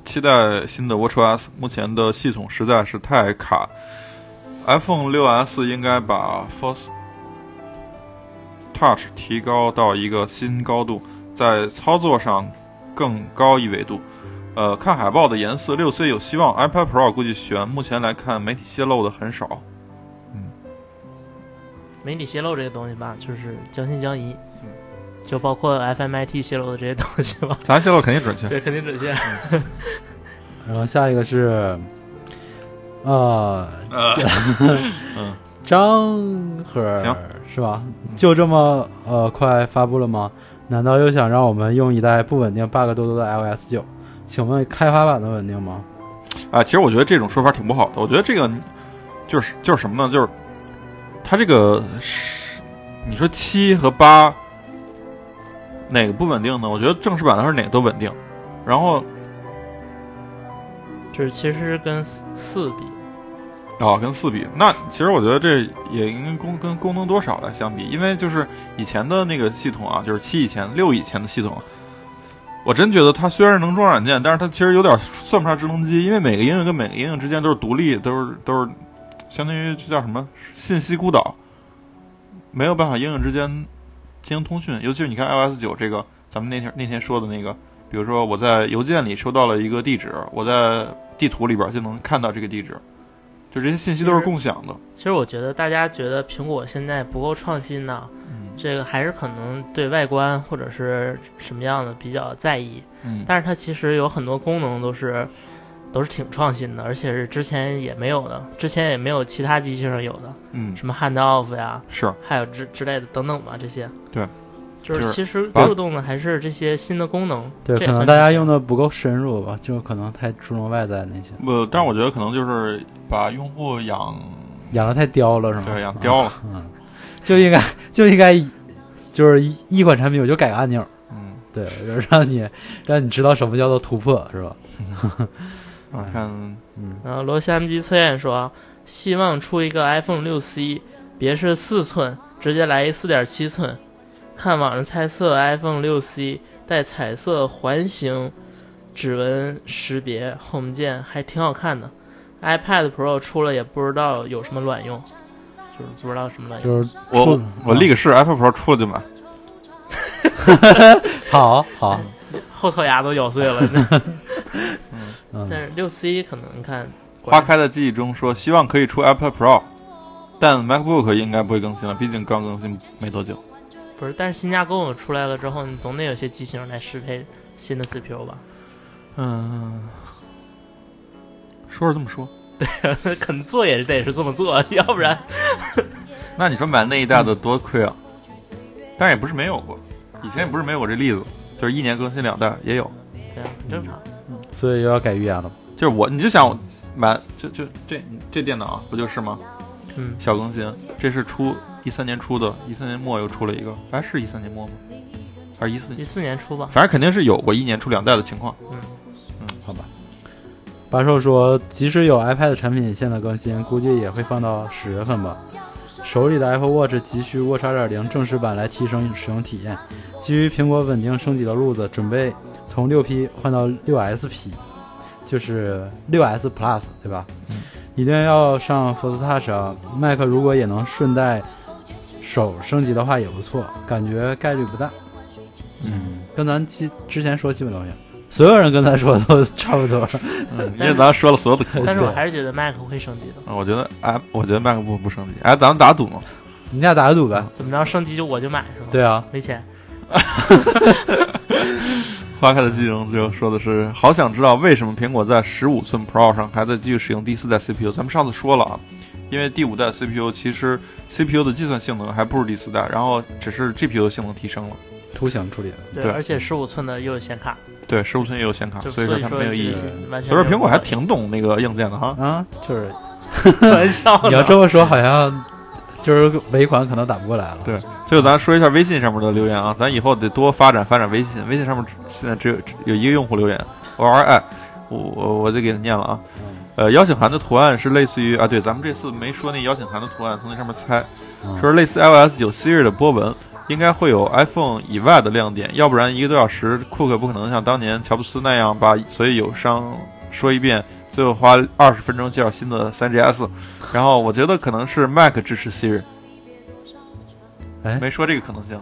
S2: 期待新的 WatchOS。目前的系统实在是太卡，iPhone 6s 应该把 Force Touch 提高到一个新高度，在操作上更高一维度。呃，看海报的颜色，六 C 有希望，iPad Pro 估计悬。目前来看，媒体泄露的很少。
S4: 媒体泄露这个东西吧，就是将信将疑
S2: 嗯，
S4: 就包括 FMIT 泄露的这些东西吧，
S2: 咱泄露肯定 准确。
S4: 这肯定准确。
S3: 然后下一个是，呃，
S2: 呃，
S3: 张赫
S2: 行
S3: 是吧？就这么呃快发布了吗？难道又想让我们用一代不稳定 bug 多多的 iOS 九？请问开发版的稳定吗？
S2: 啊，其实我觉得这种说法挺不好的。我觉得这个就是就是什么呢？就是它这个是你说七和八哪个不稳定呢？我觉得正式版的是哪个都稳定。然后
S4: 就是其实跟四四比，
S2: 啊，跟四比，那其实我觉得这也应该功跟功能多少来相比，因为就是以前的那个系统啊，就是七以前、六以前的系统，我真觉得它虽然能装软件，但是它其实有点算不上智能机，因为每个应用跟每个应用之间都是独立，都是都是相当于这叫什么信息孤岛，没有办法应用之间进行通讯。尤其是你看 iOS 九这个，咱们那天那天说的那个，比如说我在邮件里收到了一个地址，我在地图里边就能看到这个地址。就这些信息都是共享的。
S4: 其实我觉得大家觉得苹果现在不够创新呢，
S2: 嗯
S4: 这个还是可能对外观或者是什么样的比较在意，
S2: 嗯，
S4: 但是它其实有很多功能都是都是挺创新的，而且是之前也没有的，之前也没有其他机器上有的，
S2: 嗯
S4: 什么 handoff 呀，
S2: 是
S4: 还有之之类的等等吧，这些。
S2: 对，
S4: 就
S2: 就是
S4: 是其实
S2: 把
S4: 触动的还是这些新的功能。
S3: 对，
S4: 这也
S3: 可能
S4: 算
S3: 大
S4: 是
S3: 家
S4: 新
S3: 用的不够深入吧，就可能太注重外在那些，
S2: 呃，但是我觉得可能就是把用户养
S3: 养的太刁了，是吗？
S2: 对养刁了，
S3: 嗯，就应该 就应该就是一一款产品我就改个按钮，
S2: 嗯，
S3: 对，就是让你让你知道什么叫做突破，是吧？
S2: 啊，看
S4: 然呃后罗西 M 机测验说，希望出一个 iPhone 六 C，别是四寸，直接来一四点七寸。看网上猜测 iPhone 六 C 带彩色环形指纹识别 Home 键，还挺好看的。iPad Pro 出了也不知道有什么卵用，就是不知道什么卵用。
S3: 就是啊
S2: 我
S3: 出
S2: 我立个誓，Apple Pro 出了就买。
S3: 好好，
S4: 后槽牙都咬碎了。
S3: 嗯，
S4: 但是六 C 可能你看，
S2: 花开的记忆中说，希望可以出 Apple Pro，但 MacBook 应该不会更新了，毕竟刚更新没多久。
S4: 不是，但是新架构出来了之后，你总得有些机型来适配新的 CPU 吧？
S2: 嗯，说是这么说，
S4: 肯做也得是这么做， 要不然
S2: 那你说买那一代的多亏啊？但是也不是没有过，以前也不是没有过这例子，就是一年更新两代也有。
S4: 对啊，很正常。
S2: 嗯
S3: 所以又要改预言了。
S2: 就是我，你就想买，就就这这电脑不就是吗？
S4: 嗯，
S2: 小更新，这是出一三年出的，一三年末又出了一个，哎，是一三年末吗？还是一四
S4: 一？四年出吧。
S2: 反正肯定是有过一年出两代的情况。
S3: 八兽说，即使有 iPad 产品现在更新，估计也会放到十月份吧。手里的 Apple Watch 急需 Watch 2.0正式版来提升使用体验。基于苹果稳定升级的路子，准备从 6P 换到 6SP，就是 6S Plus，对吧？
S2: 嗯
S3: 一定要上 Force Touch 啊！Mac 如果也能顺带手升级的话也不错，感觉概率不大。嗯，跟咱之之前说基本都一样，所有人跟咱说的都差不多。
S2: 嗯，因为咱说了所有的可能。
S4: 但是我
S3: 对
S4: 还是觉得 Mac 会升级的。
S2: 啊，我觉得哎，我觉得 MacBook 不升级。哎，咱们打赌嘛，
S3: 你俩打个赌呗。
S4: 怎么着，升级就我就买是吗？，
S3: 对啊，
S4: 没钱。
S2: 花开的记忆中就说的是，好想知道为什么苹果在十五寸 Pro 上还在继续使用第四代 CPU。咱们上次说了啊，因为第五代 CPU 其实 CPU 的计算性能还不如第四代，然后只是 GPU 的性能提升了。
S3: 图形处理的。
S4: 对，
S2: 对
S4: 而且十五寸的又有显卡，
S2: 对，十五寸也有显卡，
S4: 就
S2: 所以
S4: 说
S2: 它没有意义
S4: 这。个完全
S2: 所以说
S4: 没有
S2: 苹果还挺懂那个硬件的哈。
S3: 啊，就是
S4: 开玩笑呢。
S3: 你要这么说，好像就是尾款可能打不过来了。
S2: 对，最后咱说一下微信上面的留言啊，咱以后得多发展发展微信。微信上面只现在只有只有一个用户留言，我玩哎，我我我得给他念了啊。呃，邀请函的图案是类似于啊，对，咱们这次没说那邀请函的图案，从那上面猜，
S3: 嗯
S2: 说是类似 iOS 九 Siri 的波纹，应该会有 iPhone 以外的亮点，要不然一个多小时，库克不可能像当年乔布斯那样把所以有商说一遍，最后花二十分钟介绍新的 3GS。然后我觉得可能是 Mac 支持 Siri，
S3: 哎
S2: 没说这个可能性。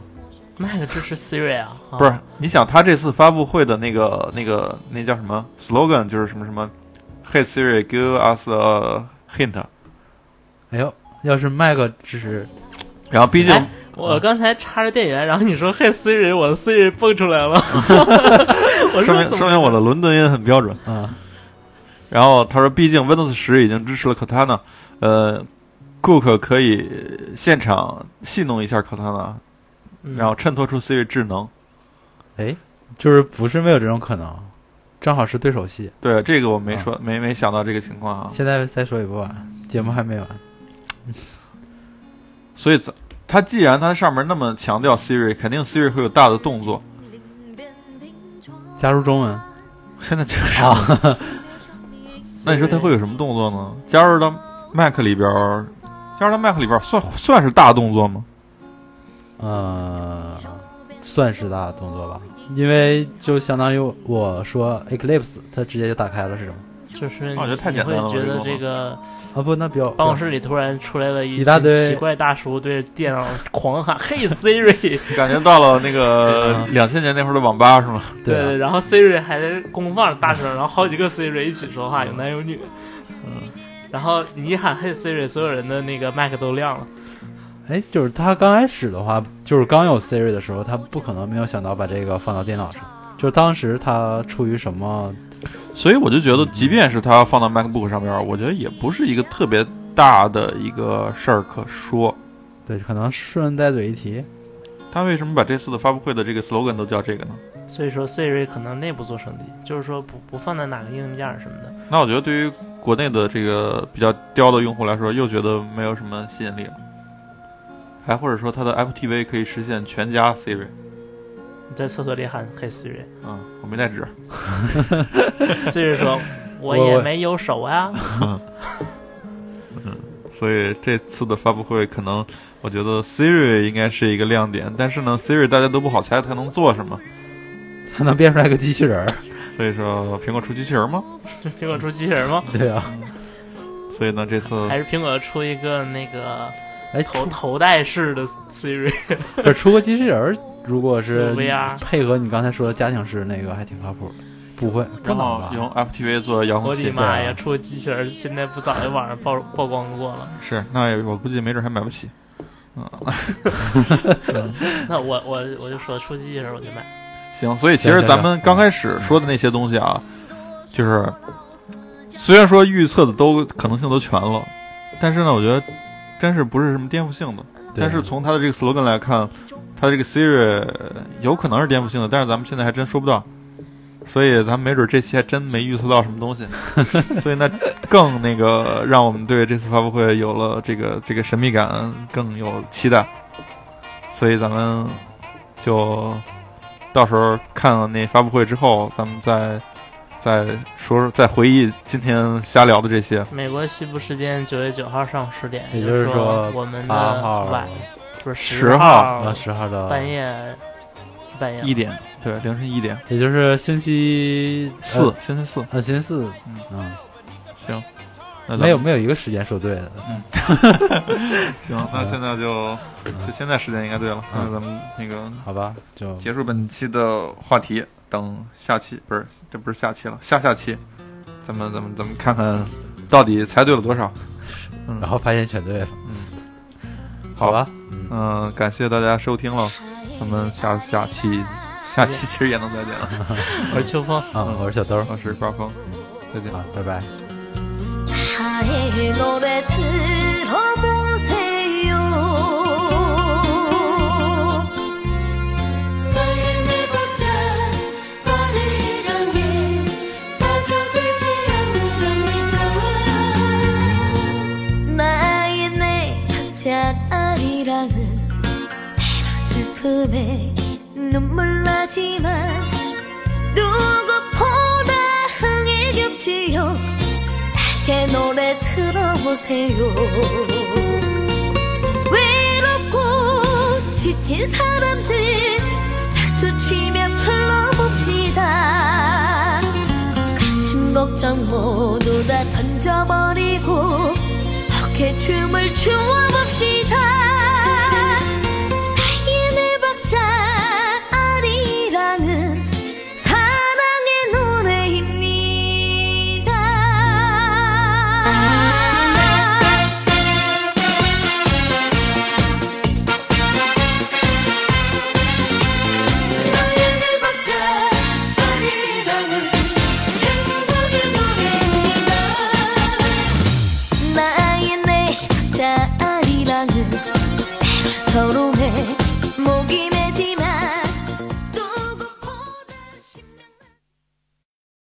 S4: Mac 支持 Siri 啊？啊
S2: 不是，你想他这次发布会的那个那个那叫什么 slogan，就是什么什么，Hey Siri, give us a hint。
S3: 哎呦，要是 Mac 支持，
S2: 然后毕竟、
S4: 哎我
S2: 啊
S4: 刚才插着电源，然后你说嘿 Siri，我的 Siri 蹦出来了。 我
S2: 说
S4: 说
S2: 明
S4: 怎
S2: 说
S4: 么？
S2: 明我的伦敦音很标准。
S3: 啊，
S2: 然后他说，毕竟 Windows 十已经支持了 Cortana，呃，Cook 可以现场戏弄一下 Cortana，
S4: 嗯
S2: 然后衬托出 Siri 智能。
S3: 哎，就是不是没有这种可能，正好是对手戏。
S2: 对，这个我没
S4: 嗯
S2: 说，没没想到这个情况啊。
S3: 现在再说也不晚，节目还没完。
S2: 所以咱他既然他上面那么强调 Siri，肯定 Siri 会有大的动作。
S3: 加入中文
S2: 现在就是
S3: 啊，
S2: 那你说它会有什么动作呢？加入到 Mac 里边儿，加入到 Mac 里边儿算算是大动作吗？
S3: 呃，算是大动作吧，因为就相当于我说 Eclipse，它直接就打开了，是什么？
S4: 就是
S2: 啊我觉得太
S4: 你
S2: 简单了
S4: 会觉
S2: 这
S4: 得
S2: 个
S4: 这个
S3: 啊不，那表
S4: 办公室里突然出来了一
S3: 一大堆
S4: 奇怪大叔，对着电脑狂喊 嘿 Siri。
S2: 感觉到了那 个
S3: 嗯
S2: 两千年那会儿的网吧是吗？
S3: 对啊
S4: 然后 Siri 还在公放大声，然后好几个 Siri 一起说话，有男有女。嗯然后你一喊 Hey Siri，所有人的那个麦克都亮了。
S3: 哎，就是它刚开始的话，就是刚有 Siri 的时候，它不可能没有想到把这个放到电脑上。就是当时它出于什么？
S2: 所以我就觉得，即便是它放到 MacBook 上面，我觉得也不是一个特别大的一个事儿可说。
S3: 对，可能顺带嘴一提，
S2: 他为什么把这次的发布会的这个 slogan 都叫这个呢？
S4: 所以说 Siri 可能内部做升级，就是说不不放在哪个硬件儿什么的。
S2: 那我觉得对于国内的这个比较刁的用户来说，又觉得没有什么吸引力了。还或者说，它的 Apple TV 可以实现全家 Siri。
S4: 你在厕所里喊 Hey Siri，Siri
S2: 嗯，我没带纸。
S4: 说
S3: 我
S4: 我也没有手啊。
S2: 所以这次的发布会，可能我觉得 Siri 应该是一个亮点，但是呢，Siri 大家都不好猜它能做什么。
S3: 它能变出来个机器人儿。
S2: 所以说，苹果出机器人吗？
S4: 这苹果出机器人吗？
S3: 对啊，
S2: 所以呢，这次
S4: 还是苹果出一个那个
S3: 哎，
S4: 头
S3: 出
S4: 头戴式的 Siri
S3: 不是出个机器人儿，如果是
S4: VR
S3: 配合你刚才说的家庭式那个，还挺靠谱的。不会，不
S2: 然
S3: 能
S2: 后
S3: 吧？
S2: 用 Apple TV 做
S3: 嗯
S2: 遥控
S4: 我
S3: 啊
S4: 的
S2: 器，
S4: 妈呀！出机器人，现在不早就网上曝曝光过了？
S2: 是那我估计没准还买不起。嗯，
S4: 那我我我就说出机器人我就买。
S2: 行，所以其实咱们刚开始说的那些东西啊，就是虽然说预测的都可能性都全了，但是呢，我觉得真是不是什么颠覆性的。
S3: 对
S2: 但是从它的这个 slogan 来看，它这个 Siri 有可能是颠覆性的，但是咱们现在还真说不到，所以咱们没准这期还真没预测到什么 东西，所以那更那个让我们对这次发布会有了这个这个神秘感，更有期待，所以咱们就到时候看了那发布会之后，咱们再再说说，再回忆今天瞎聊的这些。
S4: 美国西部时间九月九号上午十点，
S3: 也
S4: 也
S3: 就是
S4: 是
S3: 说
S4: 我们的
S3: 八号
S4: 晚不是
S2: 10号
S4: 号
S3: 到十号的
S4: 半夜半夜
S2: 一点，对，凌晨一点
S3: 也就是星期
S2: 四，星期四，
S3: 呃，星期四，
S2: 嗯
S3: 嗯，
S2: 行，那咱们
S3: 没有没有一个时间说对的，
S2: 行，那现在就
S3: 嗯
S2: 就现在时间应该对了，现在咱们那个
S3: 好吧？就
S2: 结束本期的话题，等下期不是这不是下期了，下下期，咱们咱们咱们看看到底猜对了多少。嗯，
S3: 然后发现全对了，
S2: 嗯，
S3: 好吧？
S2: 嗯、感谢大家收听了，咱们下下期下期其实也能再见了。
S4: 我是秋风。
S3: 啊，我是小兜儿，
S2: 我是八峰，再见。
S3: 好，拜拜。
S5: 나의 노래 들어보세요 마음의 복잡 바리랑에 빠져들지 않으랍니까 나의 내 각자아이라는 슬픔에 눈물 나지만 누구보다 흥이 겹지요 제 노래 들어보세요 외롭고 지친 사람들 박수치며 불러봅시다 가슴 걱정 모두 다 던져버리고 어깨춤을 추어봅시다 나의 내 박자 아리랑은 사랑의 노래입니다. 나의 박자 아리랑은 행복의 노래입니다. 나의 내 박자 아리랑은 서로의